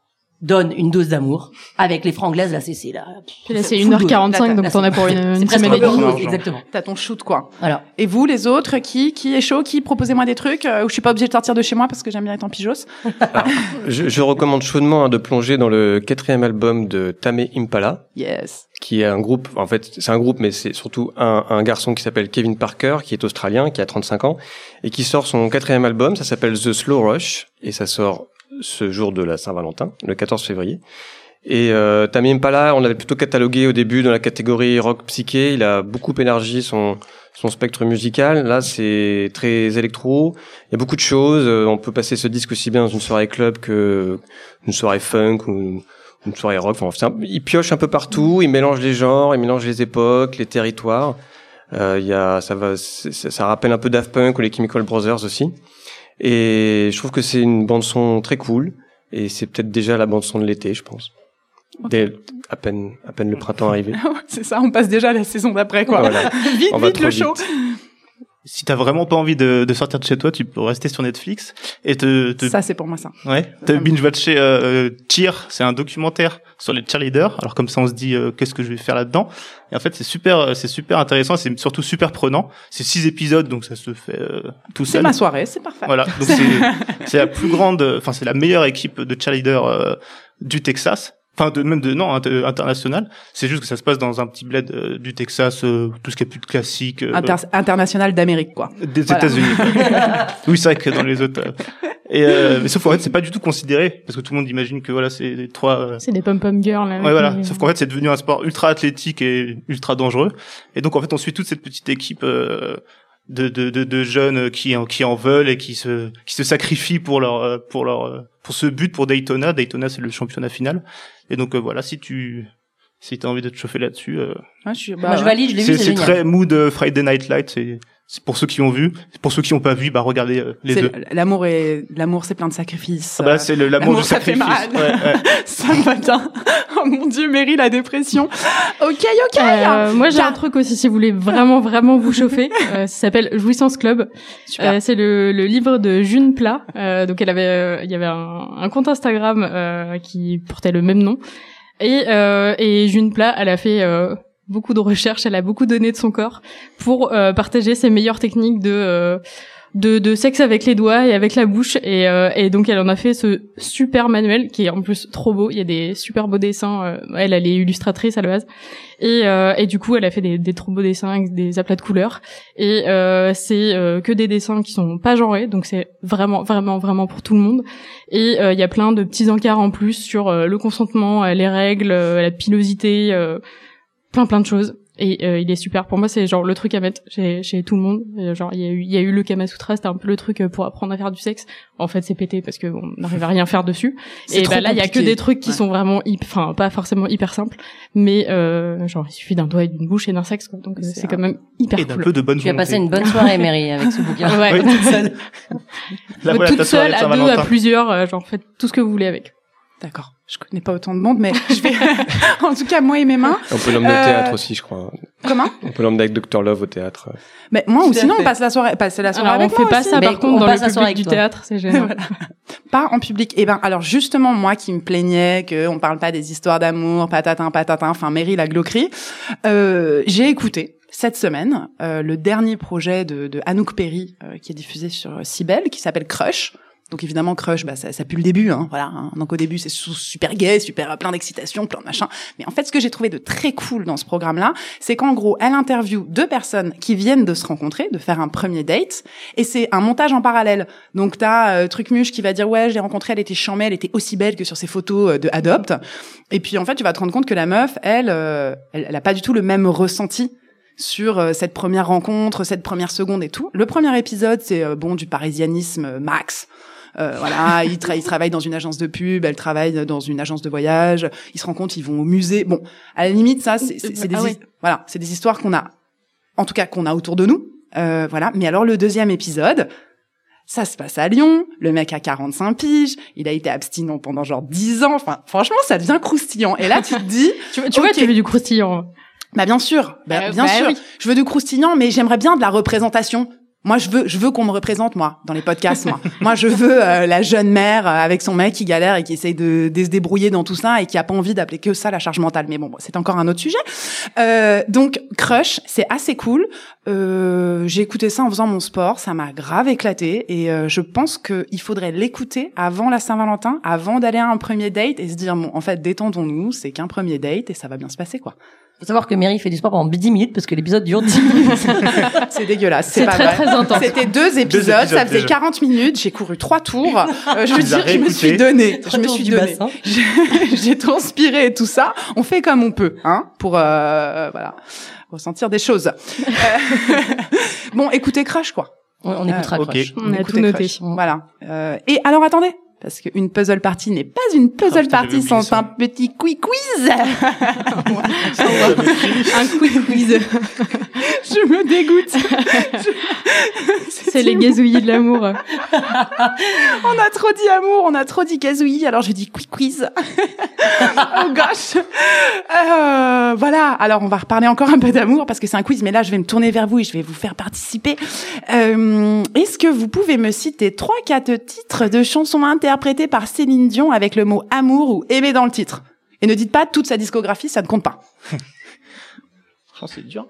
Speaker 3: donne une dose d'amour avec les franglaises là c'est c'est là.
Speaker 4: Puis là, c'est 1h45, donc t'en as pour une,
Speaker 3: C'est
Speaker 4: une
Speaker 3: presque
Speaker 4: semaine et
Speaker 3: un peu
Speaker 4: demie.
Speaker 2: demie.
Speaker 3: rose, exactement.
Speaker 1: T'as ton shoot, quoi.
Speaker 3: Voilà.
Speaker 1: Et vous, les autres, qui, qui est chaud, qui proposez-moi des trucs euh, où je suis pas obligée de sortir de chez moi parce que j'aime bien être en pigeos.
Speaker 5: Je, je recommande chaudement hein, de plonger dans le quatrième album de Tame Impala.
Speaker 1: Yes. [laughs]
Speaker 5: qui est un groupe, en fait, c'est un groupe, mais c'est surtout un, un garçon qui s'appelle Kevin Parker, qui est australien, qui a 35 ans, et qui sort son quatrième album, ça s'appelle The Slow Rush, et ça sort ce jour de la Saint-Valentin, le 14 février. Et euh, Tame Impala, on l'avait plutôt catalogué au début dans la catégorie rock psyché, il a beaucoup élargi son, son spectre musical, là c'est très électro, il y a beaucoup de choses, euh, on peut passer ce disque aussi bien dans une soirée club que une soirée funk ou une soirée rock. Enfin, c'est un- il pioche un peu partout, il mélange les genres, il mélange les époques, les territoires. Euh, Il y a, ça va, c'est- ça ça rappelle un peu Daft Punk ou les Chemical Brothers aussi. Et je trouve que c'est une bande son très cool. Et c'est peut-être déjà la bande son de l'été, je pense. Dès à peine, à peine le
Speaker 1: [laughs]
Speaker 5: printemps arrivé.
Speaker 1: C'est ça, on passe déjà à la saison d'après, quoi.
Speaker 5: Voilà.
Speaker 1: [laughs] vite,
Speaker 5: On va
Speaker 1: vite,
Speaker 5: trop
Speaker 1: le show.
Speaker 2: Si t'as vraiment pas envie de, de sortir de chez toi, tu peux rester sur Netflix et te, te
Speaker 1: Ça, c'est pour moi, ça.
Speaker 2: ouais, te binge watcher euh, Cheer, c'est un documentaire sur les cheerleaders. Alors comme ça, on se dit euh, qu'est-ce que je vais faire là-dedans. Et en fait, c'est super, euh, c'est super intéressant, c'est surtout super prenant. C'est six épisodes, donc ça se fait euh, tout
Speaker 1: C'est
Speaker 2: seul.
Speaker 1: ma soirée, c'est parfait.
Speaker 2: Voilà, donc
Speaker 1: [laughs]
Speaker 2: c'est- c'est la plus grande, euh, enfin c'est la meilleure équipe de cheerleader euh, du Texas, enfin de même de non inter- international. C'est juste que ça se passe dans un petit bled euh, du Texas, euh, tout ce qui est plus de classique euh,
Speaker 1: Inter- international d'Amérique, quoi.
Speaker 2: des
Speaker 1: voilà. [laughs]
Speaker 2: États-Unis. oui, c'est vrai que dans les autres. euh, et euh, mais sauf qu'en fait c'est pas du tout considéré parce que tout le monde imagine que voilà c'est les trois. euh,
Speaker 4: C'est des pom-pom girls, là.
Speaker 2: Ouais, voilà.
Speaker 4: mais-
Speaker 2: Sauf qu'en fait, c'est devenu un sport ultra athlétique et ultra dangereux. Et donc, en fait, on suit toute cette petite équipe euh, de, de, de, de jeunes qui en, qui en veulent et qui se, qui se sacrifient pour leur, euh, pour leur, euh, pour ce but, pour Daytona. Daytona, c'est le championnat final. Et donc, euh, voilà, si tu, si t'as envie de te chauffer là-dessus, euh,
Speaker 1: Hein, je suis- bah,
Speaker 3: Moi je valide, je l'ai vu,
Speaker 2: c'est
Speaker 3: c'est
Speaker 2: c'est
Speaker 3: génial.
Speaker 2: très mood euh, Friday Night Light. C'est, c'est pour ceux qui ont vu. Pour ceux qui ont pas vu, bah, regardez euh, les
Speaker 1: c'est-
Speaker 2: deux.
Speaker 1: L'amour est, l'amour, c'est plein de sacrifices. euh,
Speaker 2: Ah bah
Speaker 1: [laughs]
Speaker 2: là, c'est le, l'amour
Speaker 1: l'amour,
Speaker 2: du
Speaker 1: ça fait
Speaker 2: sacrifice.
Speaker 1: mal.
Speaker 2: Ouais, ouais.
Speaker 1: Ça me va bien. Oh mon dieu, Mary, la dépression. Ok, ok.
Speaker 4: Euh, moi j'ai
Speaker 1: Car-
Speaker 4: un truc aussi si vous voulez vraiment vraiment vous chauffer, euh, ça s'appelle Jouissance Club.
Speaker 1: Super.
Speaker 4: Euh, c'est le, le livre de June Plat. Euh, donc elle avait euh, il y avait un, un compte Instagram euh, qui portait le même nom et euh, et June Plat elle a fait euh, beaucoup de recherches, elle a beaucoup donné de son corps pour euh, partager ses meilleures techniques de euh, de, de sexe avec les doigts et avec la bouche et, euh, et donc elle en a fait ce super manuel qui est en plus trop beau il y a des super beaux dessins euh, elle elle est illustratrice à la base et, euh, et du coup, elle a fait des, des trop beaux dessins avec des aplats de couleurs. Et euh, c'est euh, que des dessins qui sont pas genrés, donc c'est vraiment, vraiment, vraiment pour tout le monde. Et euh, il y a plein de petits encarts en plus sur euh, le consentement, euh, les règles, euh, la pilosité, euh, plein, plein de choses. Et euh, il est super. Pour moi, c'est genre le truc à mettre chez, chez tout le monde. Euh, genre, il y, a eu- il y a eu le Kama Sutra, c'était un peu le truc euh, pour apprendre à faire du sexe. En fait, c'est pété parce que on n'arrive à rien faire dessus.
Speaker 1: C'est
Speaker 4: Et
Speaker 1: trop
Speaker 4: bah là, il y a que
Speaker 1: compliqué.
Speaker 4: des trucs qui
Speaker 1: Ouais.
Speaker 4: sont vraiment, hyp- enfin, pas forcément hyper simples, mais euh, genre il suffit d'un doigt et d'une bouche et d'un sexe, quoi. donc euh,
Speaker 1: C'est
Speaker 4: c'est
Speaker 1: un-
Speaker 4: quand même hyper
Speaker 2: Et d'un
Speaker 4: [laughs] cool.
Speaker 2: peu de bonne
Speaker 3: Tu as passé
Speaker 2: volonté.
Speaker 3: une bonne soirée Mary avec ce bouquin.
Speaker 4: Ouais.
Speaker 2: Oui.
Speaker 3: Toute seule.
Speaker 2: Là, voilà,
Speaker 4: toute
Speaker 2: ta soirée
Speaker 4: seule,
Speaker 2: de
Speaker 4: à deux,
Speaker 2: Saint-Valentin.
Speaker 4: à plusieurs, euh, genre faites tout ce que vous voulez avec.
Speaker 1: D'accord. Je connais pas autant de monde, mais je
Speaker 4: [laughs]
Speaker 1: vais, [laughs] en tout cas, moi et mes mains.
Speaker 5: On peut l'emmener
Speaker 1: Euh,
Speaker 5: au théâtre aussi, je crois.
Speaker 1: Comment?
Speaker 5: On peut l'emmener avec Dr Love au théâtre.
Speaker 1: Mais moi,
Speaker 3: Tout
Speaker 1: ou
Speaker 3: à
Speaker 1: sinon,
Speaker 3: fait.
Speaker 1: on passe la soirée, passer la soirée
Speaker 4: Alors on
Speaker 1: avec
Speaker 4: fait
Speaker 1: moi
Speaker 4: pas
Speaker 1: aussi.
Speaker 4: ça
Speaker 3: Mais
Speaker 4: par contre
Speaker 3: on
Speaker 4: dans
Speaker 3: passe la
Speaker 4: le
Speaker 3: soirée
Speaker 4: public du
Speaker 3: avec toi.
Speaker 4: théâtre, c'est gênant.
Speaker 1: pas en public. Eh ben, alors justement, moi qui me plaignais qu'on parle pas des histoires d'amour, patatin, patatin, enfin, Mary la glauquerie, euh, j'ai écouté cette semaine euh, le dernier projet de, de Anouk Perry euh, qui est diffusé sur Cybelle, qui s'appelle Crush. Donc évidemment Crush, bah, ça, ça pue le début, hein, voilà. hein. Donc au début c'est sou- super gay, super euh, plein d'excitation, plein de machin. Mais en fait ce que j'ai trouvé de très cool dans ce programme-là, c'est qu'en gros elle interview deux personnes qui viennent de se rencontrer, de faire un premier date, et c'est un montage en parallèle. Donc t'as euh, Trucmuche qui va dire ouais, je l'ai rencontrée, elle était chamée, elle était aussi belle que sur ses photos euh, de Adopt. Et puis en fait, tu vas te rendre compte que la meuf, elle, euh, elle, elle a pas du tout le même ressenti sur euh, cette première rencontre, cette première seconde et tout. Le premier épisode, c'est euh, bon du parisianisme euh, max. Euh, voilà, il, tra- il travaille dans une agence de pub, elle travaille dans une agence de voyage. Ils se rencontrent, ils vont au musée. Bon, à la limite, ça, c'est c'est- c'est des,
Speaker 4: Ah
Speaker 1: his-
Speaker 4: ouais.
Speaker 1: voilà, c'est des histoires qu'on a, en tout cas qu'on a autour de nous. Euh, voilà. Mais alors le deuxième épisode, ça se passe à Lyon, le mec a 45 piges, il a été abstinent pendant genre 10 ans, enfin franchement ça devient croustillant. Et là tu te dis,
Speaker 4: Tu, vois- tu vois,
Speaker 1: Ok.
Speaker 4: tu veux du croustillant.
Speaker 1: bah bien sûr, bah,
Speaker 4: Euh,
Speaker 1: bien
Speaker 4: bah
Speaker 1: sûr,
Speaker 4: oui.
Speaker 1: je veux du croustillant mais j'aimerais bien de la représentation. Moi, je veux, je veux qu'on me représente moi dans les podcasts.
Speaker 4: [laughs]
Speaker 1: Moi, moi, je veux euh, la jeune mère euh, avec son mec qui galère et qui essaye de, de se débrouiller dans tout ça et qui a pas envie d'appeler que ça la charge mentale. Mais bon, c'est encore un autre sujet. Euh, donc, Crush, c'est assez cool. Euh, J'ai écouté ça en faisant mon sport, ça m'a grave éclaté et euh, je pense qu'il faudrait l'écouter avant la Saint-Valentin, avant d'aller à un premier date et se dire bon, en fait, détendons-nous, c'est qu'un premier date et ça va bien se passer quoi.
Speaker 3: Faut savoir que Mary fait du sport pendant 10 minutes parce que l'épisode dure 10 minutes.
Speaker 1: C'est dégueulasse,
Speaker 4: C'est
Speaker 1: pas
Speaker 4: très,
Speaker 1: vrai.
Speaker 4: très intense.
Speaker 1: C'était deux épisodes,
Speaker 2: épisodes
Speaker 1: ça faisait
Speaker 2: déjà.
Speaker 1: 40 minutes, j'ai couru trois tours. Euh, je veux
Speaker 2: Tu les as
Speaker 1: dire, je me
Speaker 2: réécoutés.
Speaker 1: suis donné, je
Speaker 3: Trois
Speaker 1: me
Speaker 3: tours
Speaker 1: suis
Speaker 3: du
Speaker 1: donné.
Speaker 3: bassin.
Speaker 1: [laughs] J'ai j'ai transpiré et tout ça. On fait comme on peut, hein, pour euh, voilà ressentir des choses. Euh, [laughs] bon, écoutez Crush quoi.
Speaker 3: On, on écoutera
Speaker 2: Ah, ok.
Speaker 3: Crush.
Speaker 4: On a
Speaker 1: Écoutez
Speaker 4: tout noté.
Speaker 1: Crush. Voilà. Euh, et alors attendez, parce qu'une puzzle party n'est pas une puzzle
Speaker 2: Ah, putain, j'avais
Speaker 1: party
Speaker 2: oublié
Speaker 1: sans
Speaker 2: ça.
Speaker 1: un petit quick quiz. [laughs]
Speaker 4: Un quick
Speaker 2: [laughs]
Speaker 4: quiz.
Speaker 1: je me dégoûte.
Speaker 4: C'est les gazouillis de l'amour.
Speaker 1: On a trop dit amour, on a trop dit gazouillis, alors je dis quick quiz. [laughs] oh gosh. Euh, voilà, alors on va reparler encore un peu d'amour parce que c'est un quiz, mais là je vais me tourner vers vous et je vais vous faire participer. Euh, Est-ce que vous pouvez me citer trois, quatre titres de chansons interprétées par Céline Dion avec le mot amour ou aimer dans le titre Et ne dites pas toute sa discographie, ça ne compte pas.
Speaker 2: Oh, c'est dur.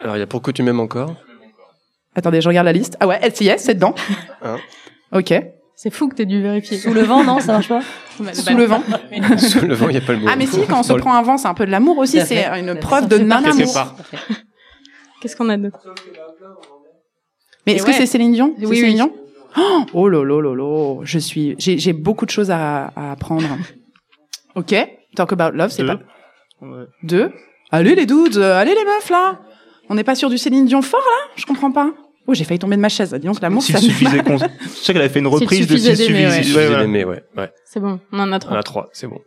Speaker 5: Alors, il y a Pourquoi tu
Speaker 1: [laughs]
Speaker 5: m'aimes encore
Speaker 1: Attendez, je regarde la liste. Ah ouais, LCS, c'est dedans.
Speaker 5: Hein.
Speaker 1: ok.
Speaker 4: C'est fou que t'aies dû vérifier.
Speaker 3: Sous le vent, non, ça marche pas
Speaker 1: Sous le
Speaker 3: [laughs]
Speaker 1: vent.
Speaker 5: Sous [laughs] le vent, il n'y a pas le mot.
Speaker 1: Ah mais si, quand on se
Speaker 5: Dans le-
Speaker 1: prend un vent, c'est un peu de l'amour aussi,
Speaker 3: Tout à
Speaker 1: c'est
Speaker 3: fait.
Speaker 1: une
Speaker 3: Tout à
Speaker 1: preuve
Speaker 3: fait.
Speaker 1: de
Speaker 3: Ça fait
Speaker 1: non-amour.
Speaker 2: partie. part.
Speaker 4: Qu'est-ce qu'on a d'autre
Speaker 1: Mais
Speaker 4: Et
Speaker 1: est-ce
Speaker 4: ouais.
Speaker 1: que c'est Céline Dion C'est
Speaker 4: Oui,
Speaker 1: Céline
Speaker 4: oui.
Speaker 1: Dion oh, oh là là là là, je suis, j'ai j'ai beaucoup de choses à, à apprendre. [laughs] ok, Talk About Love, c'est
Speaker 2: Deux.
Speaker 1: pas
Speaker 2: Ouais.
Speaker 1: deux. Allez les dudes, euh, allez les meufs là. On n'est pas sur du Céline Dion fort là Je comprends pas. Oh, j'ai failli tomber de ma chaise. Dis donc l'amour,
Speaker 2: S'il
Speaker 1: ça. me-
Speaker 2: suffisait qu'on. Je sais qu'elle avait fait une reprise de
Speaker 4: suffisait
Speaker 2: S'il
Speaker 4: d'aimer,
Speaker 2: suffisait.
Speaker 4: ouais.
Speaker 5: Si,
Speaker 2: Ouais,
Speaker 5: j'ai
Speaker 2: ouais.
Speaker 5: aimé, ouais. ouais.
Speaker 4: C'est bon, on en a
Speaker 5: On
Speaker 4: trois.
Speaker 5: a trois, c'est bon.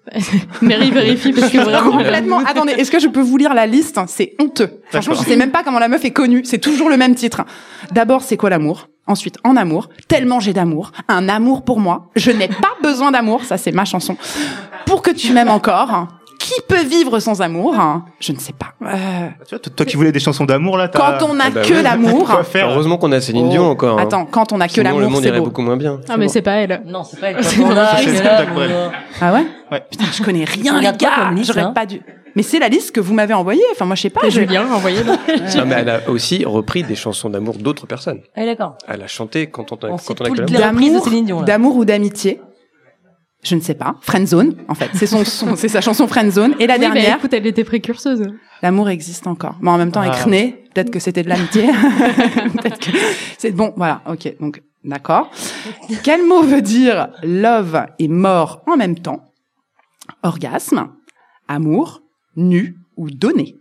Speaker 4: Mary vérifie parce que [laughs] vraiment.
Speaker 1: Complètement. Attendez, est-ce que je peux vous lire la liste C'est honteux. Franchement, je
Speaker 2: D'accord.
Speaker 1: sais même pas comment la meuf est connue. C'est toujours le même titre. D'abord, c'est quoi l'amour Ensuite, en amour, tellement j'ai d'amour, un amour pour moi, je n'ai pas [laughs] besoin d'amour, ça c'est ma chanson. Pour que tu m'aimes encore, qui peut vivre sans amour Je ne sais pas. Euh,
Speaker 2: Tu vois, toi toi qui voulais des chansons d'amour là. t'as-
Speaker 1: quand on n'a
Speaker 5: Ah bah
Speaker 1: que
Speaker 5: oui.
Speaker 2: [laughs]
Speaker 1: l'amour,
Speaker 2: Quoi faire
Speaker 5: Heureusement qu'on a Céline
Speaker 1: Oh,
Speaker 5: Dion encore. hein.
Speaker 1: attends, quand on n'a que
Speaker 5: Sinon, le
Speaker 1: l'amour,
Speaker 5: monde
Speaker 1: c'est
Speaker 5: irait
Speaker 1: beau.
Speaker 5: beaucoup moins bien.
Speaker 4: Ah, mais
Speaker 2: bon.
Speaker 4: c'est pas elle.
Speaker 3: Non, c'est pas elle.
Speaker 4: C'est
Speaker 3: Panda,
Speaker 4: ça,
Speaker 2: c'est
Speaker 3: il est
Speaker 2: Spectacle
Speaker 3: là, mon
Speaker 2: Brel.
Speaker 3: gars.
Speaker 1: Ah ouais
Speaker 2: Ouais.
Speaker 1: Putain, je connais rien, les
Speaker 3: regardes quoi
Speaker 1: gars.
Speaker 3: comme liste,
Speaker 1: J'aurais
Speaker 3: là
Speaker 1: pas dû. Mais c'est la liste que vous m'avez envoyée. Enfin, moi, je sais pas.
Speaker 4: T'as
Speaker 1: je-
Speaker 4: Julien, envoyé. là.
Speaker 5: Ah, mais elle a aussi repris des chansons d'amour d'autres personnes.
Speaker 3: Ah, oui, d'accord.
Speaker 5: Elle a chanté quand on a,
Speaker 3: On sait
Speaker 5: quand on a
Speaker 3: tout
Speaker 5: que
Speaker 3: de
Speaker 5: l'amour.
Speaker 3: la reprise de
Speaker 1: d'amour,
Speaker 3: Céline Dion. là.
Speaker 1: d'amour ou d'amitié. Je ne sais pas. Friendzone, en fait. C'est [laughs] son, son- c'est sa chanson Friendzone. Et la
Speaker 4: Oui, bah,
Speaker 1: dernière,
Speaker 4: écoute, elle était précurseuse.
Speaker 1: l'amour existe encore. Mais en même temps,
Speaker 2: Ah.
Speaker 1: écrené, peut-être que c'était de [laughs] l'amitié. peut-être que c'est bon. Voilà. Ok. Donc, d'accord. Quel mot veut dire love et mort en même temps? Orgasme, amour, nu ou donné.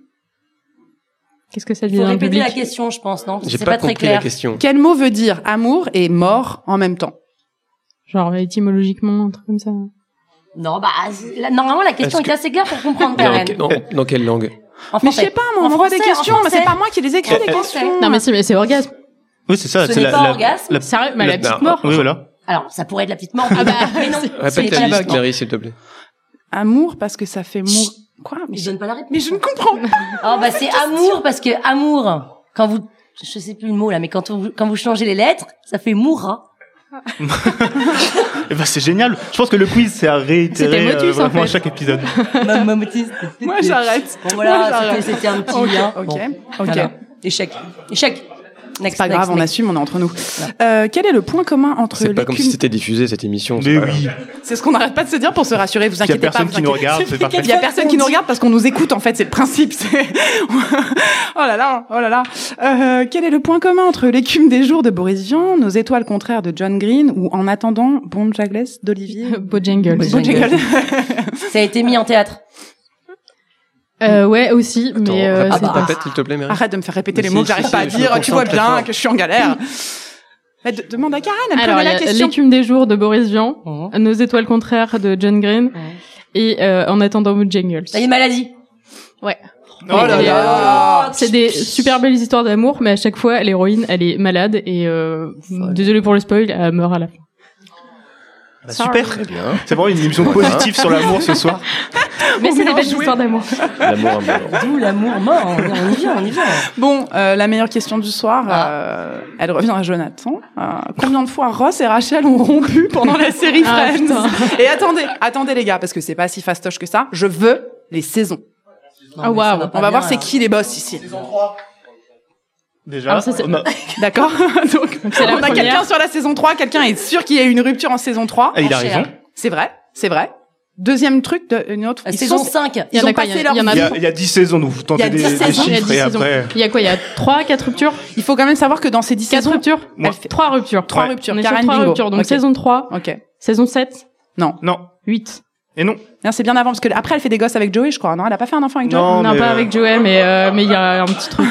Speaker 4: Qu'est-ce que ça dit
Speaker 3: Il faut
Speaker 4: dans le
Speaker 3: répéter
Speaker 4: public
Speaker 3: la question, je pense, non Parce que
Speaker 5: J'ai
Speaker 3: C'est
Speaker 5: pas,
Speaker 3: pas très
Speaker 5: compris la
Speaker 3: clair.
Speaker 5: question.
Speaker 1: Quel mot veut dire amour et mort en même temps?
Speaker 4: Genre étymologiquement, un truc comme ça.
Speaker 3: Non, bah, c'est- la- normalement, la question est,
Speaker 5: Est-ce que-
Speaker 3: assez claire pour comprendre,
Speaker 5: Dans,
Speaker 3: Karen.
Speaker 5: dans- dans quelle langue
Speaker 3: En
Speaker 1: Mais je sais
Speaker 3: français.
Speaker 1: pas, moi, on
Speaker 3: En
Speaker 1: m'envoie des
Speaker 3: français, en
Speaker 1: questions, mais c'est
Speaker 3: français.
Speaker 1: pas moi qui les écris,
Speaker 3: En
Speaker 1: les
Speaker 3: français.
Speaker 1: questions.
Speaker 4: Non, mais si, mais c'est orgasme.
Speaker 2: Oui, c'est
Speaker 1: Ah,
Speaker 2: ça.
Speaker 3: Ce
Speaker 2: c'est
Speaker 3: n'est
Speaker 2: la,
Speaker 3: pas
Speaker 2: la-
Speaker 3: orgasme.
Speaker 2: la-
Speaker 4: Sérieux, mais la
Speaker 5: Non.
Speaker 4: petite mort.
Speaker 2: Oui, voilà.
Speaker 3: Alors, ça pourrait être la petite mort.
Speaker 4: Ah bah,
Speaker 3: mais non. c'est
Speaker 5: Répète
Speaker 3: pas la
Speaker 5: la liste,
Speaker 3: bonne.
Speaker 5: Mary, s'il te plaît.
Speaker 1: Amour parce que ça fait mou. Quoi mais
Speaker 3: Je
Speaker 1: je...
Speaker 3: donne pas la réponse.
Speaker 1: mais je ne comprends pas.
Speaker 3: Ah bah c'est amour parce que amour quand vous je sais plus le mot là mais quand vous quand vous changez les lettres ça fait mourra.
Speaker 2: Eh ben, c'est génial. Je pense que le quiz, c'est à réitérer euh,
Speaker 4: C'était motus, en
Speaker 2: vraiment
Speaker 4: fait.
Speaker 2: à chaque épisode.
Speaker 3: Moi
Speaker 1: j'arrête.
Speaker 3: Bon
Speaker 1: Moi,
Speaker 3: voilà
Speaker 1: j'arrête.
Speaker 3: c'était c'était un petit
Speaker 1: Ok,
Speaker 3: hein.
Speaker 1: ok,
Speaker 3: Bon,
Speaker 1: ok.
Speaker 3: voilà. échec échec.
Speaker 1: C'est
Speaker 3: Next,
Speaker 1: pas
Speaker 3: next,
Speaker 1: grave, on
Speaker 3: next.
Speaker 1: assume, on est entre nous. Euh, quel est le point commun entre
Speaker 5: C'est
Speaker 1: les
Speaker 5: pas comme
Speaker 1: cum-
Speaker 5: si c'était diffusé cette émission. c'est
Speaker 2: Mais
Speaker 5: pas-
Speaker 2: oui.
Speaker 1: C'est ce qu'on n'arrête pas de se dire pour se rassurer. Vous
Speaker 2: Il y a
Speaker 1: inquiétez pas.
Speaker 2: personne
Speaker 1: vous
Speaker 2: qui nous
Speaker 1: inquiétez-
Speaker 2: regarde, c'est parfait.
Speaker 1: Il y a personne qui nous regarde parce qu'on nous écoute en fait, c'est le principe. c'est- [laughs] oh là là, oh là là. Euh, quel est le point commun entre l'écume des jours de Boris Vian, nos étoiles contraires de John Green ou en attendant Bon Jagles d'Olivier
Speaker 4: [laughs] Bojangles.
Speaker 1: Bojangles.
Speaker 3: Ça a été mis en théâtre.
Speaker 4: Euh, ouais, aussi,
Speaker 5: Attends,
Speaker 4: mais euh,
Speaker 5: répète-
Speaker 4: c'est
Speaker 3: bah,
Speaker 4: pas.
Speaker 5: répète, s'il te plaît, Mary.
Speaker 1: Arrête de me faire répéter les
Speaker 5: Mais si,
Speaker 1: mots que
Speaker 5: si,
Speaker 1: j'arrive
Speaker 5: si,
Speaker 1: pas à
Speaker 5: je
Speaker 1: dire.
Speaker 5: me
Speaker 1: Tu vois
Speaker 5: concentre très
Speaker 1: bien
Speaker 5: fort.
Speaker 1: que je suis en
Speaker 5: [clears throat]
Speaker 1: galère. Mais de- demande à Karen, elle
Speaker 4: [laughs] Alors,
Speaker 1: connaît
Speaker 4: il y
Speaker 1: la
Speaker 4: a
Speaker 1: question.
Speaker 4: l'écume des jours de Boris Vian,
Speaker 3: Oh.
Speaker 4: Nos étoiles contraires de John Green
Speaker 3: Ouais.
Speaker 4: et euh, En attendant Bojangles.
Speaker 3: Ça y est maladie.
Speaker 1: Oh là
Speaker 4: Mais,
Speaker 1: là.
Speaker 4: C'est des super belles histoires d'amour, mais à chaque fois, l'héroïne, elle est malade et euh, désolé pour le spoil, elle meurt à la fin.
Speaker 2: Bah, super.
Speaker 4: Sorry.
Speaker 5: Très bien.
Speaker 2: C'est vraiment une émission
Speaker 5: Voilà.
Speaker 2: positive sur l'amour ce soir.
Speaker 4: Mais
Speaker 1: On
Speaker 4: c'est des
Speaker 1: mélange
Speaker 4: belles
Speaker 1: jouets.
Speaker 4: histoires d'amour.
Speaker 5: L'amour ambiant.
Speaker 3: D'où l'amour mort. On y vient, on y vient.
Speaker 1: Bon, euh, la meilleure question du soir,
Speaker 3: Ah.
Speaker 1: euh, elle revient à Jonathan. Euh, combien de fois Ross et Rachel ont rompu pendant la série
Speaker 4: Ah,
Speaker 1: Friends
Speaker 4: putain.
Speaker 1: Et attendez, attendez les gars, parce que c'est pas si fastoche que ça. Je veux les saisons.
Speaker 4: Ah, waouh.
Speaker 1: On va
Speaker 3: hein.
Speaker 1: voir c'est qui les boss ici.
Speaker 2: Déjà,
Speaker 4: Alors, ça, c'est-
Speaker 2: on a-
Speaker 1: D'accord [laughs] Donc,
Speaker 4: Donc, c'est la
Speaker 1: on a
Speaker 4: première.
Speaker 1: quelqu'un sur la saison 3, quelqu'un est sûr qu'il y a eu une rupture en saison 3.
Speaker 2: Ah, il a
Speaker 3: Enchère.
Speaker 2: raison.
Speaker 1: C'est vrai, c'est vrai. Deuxième truc, de- une autre. ils
Speaker 3: Euh, Saison
Speaker 1: sont-
Speaker 3: 5.
Speaker 4: Il y en
Speaker 1: Ils
Speaker 4: a
Speaker 1: ont
Speaker 4: quoi,
Speaker 1: passé
Speaker 4: il y en a-
Speaker 1: leur
Speaker 4: il y en a
Speaker 2: Il y
Speaker 1: vie.
Speaker 2: a, il y a 10 saisons, donc vous tentez
Speaker 1: Ah Il
Speaker 2: des,
Speaker 1: y a 10
Speaker 2: des
Speaker 1: saisons,
Speaker 4: Il y a
Speaker 2: chiffres
Speaker 4: 10
Speaker 2: et
Speaker 4: saisons.
Speaker 2: après euh,
Speaker 4: Il y a quoi Il y a 3, 4 ruptures
Speaker 1: Il faut quand même savoir que dans ces 10
Speaker 4: 4
Speaker 1: saisons...
Speaker 4: ruptures
Speaker 2: Moi.
Speaker 1: Elle fait-
Speaker 4: 3 ruptures.
Speaker 1: Trois
Speaker 2: Ouais.
Speaker 1: ruptures,
Speaker 4: On est sur
Speaker 1: Karen
Speaker 4: 3
Speaker 1: Bingo.
Speaker 4: ruptures. Donc
Speaker 1: Ok.
Speaker 4: saison 3,
Speaker 1: Ok.
Speaker 4: saison 7,
Speaker 2: non
Speaker 4: 8.
Speaker 2: et non.
Speaker 1: Non, c'est bien avant, parce que après, elle fait des gosses avec Joey, je crois. Non, elle a pas fait un enfant avec Joey.
Speaker 2: Non,
Speaker 4: Non,
Speaker 2: mais,
Speaker 4: pas
Speaker 2: euh,
Speaker 4: avec Joël, mais euh, mais il y a un petit truc.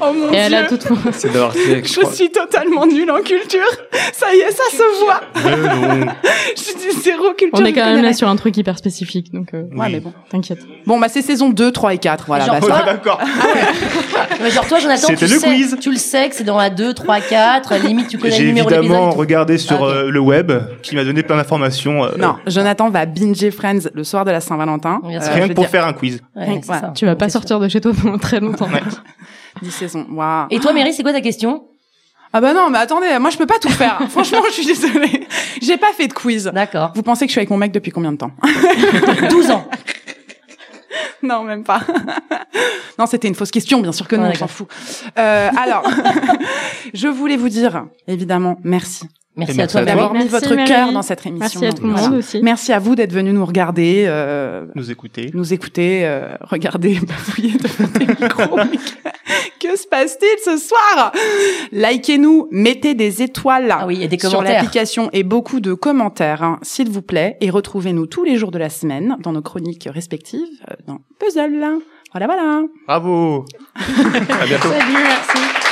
Speaker 1: Oh mon
Speaker 4: Et elle a toute.
Speaker 5: C'est d'avoir fait, je
Speaker 1: Je
Speaker 5: crois.
Speaker 1: suis totalement nulle en culture. Ça y est, ça se voit.
Speaker 2: Mais [laughs] non.
Speaker 1: Je suis zéro culture.
Speaker 4: On est
Speaker 1: je
Speaker 4: quand
Speaker 1: connais
Speaker 4: même
Speaker 1: rien.
Speaker 4: là sur un truc hyper spécifique, donc euh,
Speaker 1: Ouais,
Speaker 2: Oui.
Speaker 1: mais bon.
Speaker 4: t'inquiète.
Speaker 1: Bon, bah, c'est saison 2, 3 et 4. Voilà, bah,
Speaker 3: Genre,
Speaker 2: Oh,
Speaker 1: ça-
Speaker 3: Ah.
Speaker 2: D'accord.
Speaker 3: Mais genre toi, Jonathan, tu
Speaker 2: C'était
Speaker 3: le
Speaker 2: le
Speaker 3: sais,
Speaker 2: quiz.
Speaker 3: tu le sais que c'est dans la 2, 3, 4. à la Limite, tu connais le
Speaker 2: J'ai
Speaker 3: numéro
Speaker 2: évidemment
Speaker 3: d'épisode.
Speaker 2: regardé sur
Speaker 3: Ah, ok.
Speaker 2: euh, le web, qui m'a donné plein d'informations. euh,
Speaker 1: Non, Jonathan va binger Friends le soir de la Saint-Valentin. Euh,
Speaker 3: Bien sûr.
Speaker 1: je
Speaker 2: Rien
Speaker 1: veux
Speaker 2: que pour
Speaker 1: dire,
Speaker 2: faire un quiz.
Speaker 3: Ouais, c'est
Speaker 1: Ouais.
Speaker 3: ça.
Speaker 4: Tu vas pas
Speaker 3: C'est sûr.
Speaker 4: sortir de chez toi pendant très longtemps.
Speaker 2: Ouais.
Speaker 1: 10 saisons. Waouh.
Speaker 3: Et toi, Mary, c'est quoi ta question
Speaker 1: Ah bah non, mais attendez, moi je peux pas tout faire. [laughs] Franchement, je suis désolée. J'ai pas fait de quiz.
Speaker 2: [laughs]
Speaker 3: D'accord.
Speaker 1: Vous pensez que je suis avec mon mec depuis combien de temps
Speaker 3: 12 ans.
Speaker 1: [laughs] Non, même pas. non, c'était une fausse question, bien sûr que non,
Speaker 3: Ouais,
Speaker 1: on s'en
Speaker 3: d'accord.
Speaker 1: fout. Euh, alors, [laughs] je voulais vous dire, évidemment, merci
Speaker 3: Merci
Speaker 2: Et
Speaker 3: à toi.
Speaker 2: merci à
Speaker 3: Mary.
Speaker 1: d'avoir mis
Speaker 4: Merci,
Speaker 1: votre
Speaker 4: Marie.
Speaker 1: cœur dans cette émission.
Speaker 4: Merci à tout le
Speaker 1: Voilà.
Speaker 4: monde aussi.
Speaker 1: Merci à vous d'être venus nous regarder, euh,
Speaker 2: Nous écouter.
Speaker 1: nous écouter, euh, regarder, [laughs] bafouiller devant
Speaker 4: [laughs]
Speaker 1: des micros. Mais que- que se passe-t-il ce soir Likez-nous, mettez des étoiles
Speaker 3: Ah oui, il y a des
Speaker 1: sur
Speaker 3: commentaires.
Speaker 1: l'application et beaucoup de commentaires, hein, s'il vous plaît. Et retrouvez-nous tous les jours de la semaine dans nos chroniques respectives euh, dans Puzzle. Voilà, voilà.
Speaker 2: Bravo. à bientôt.
Speaker 3: Salut, merci.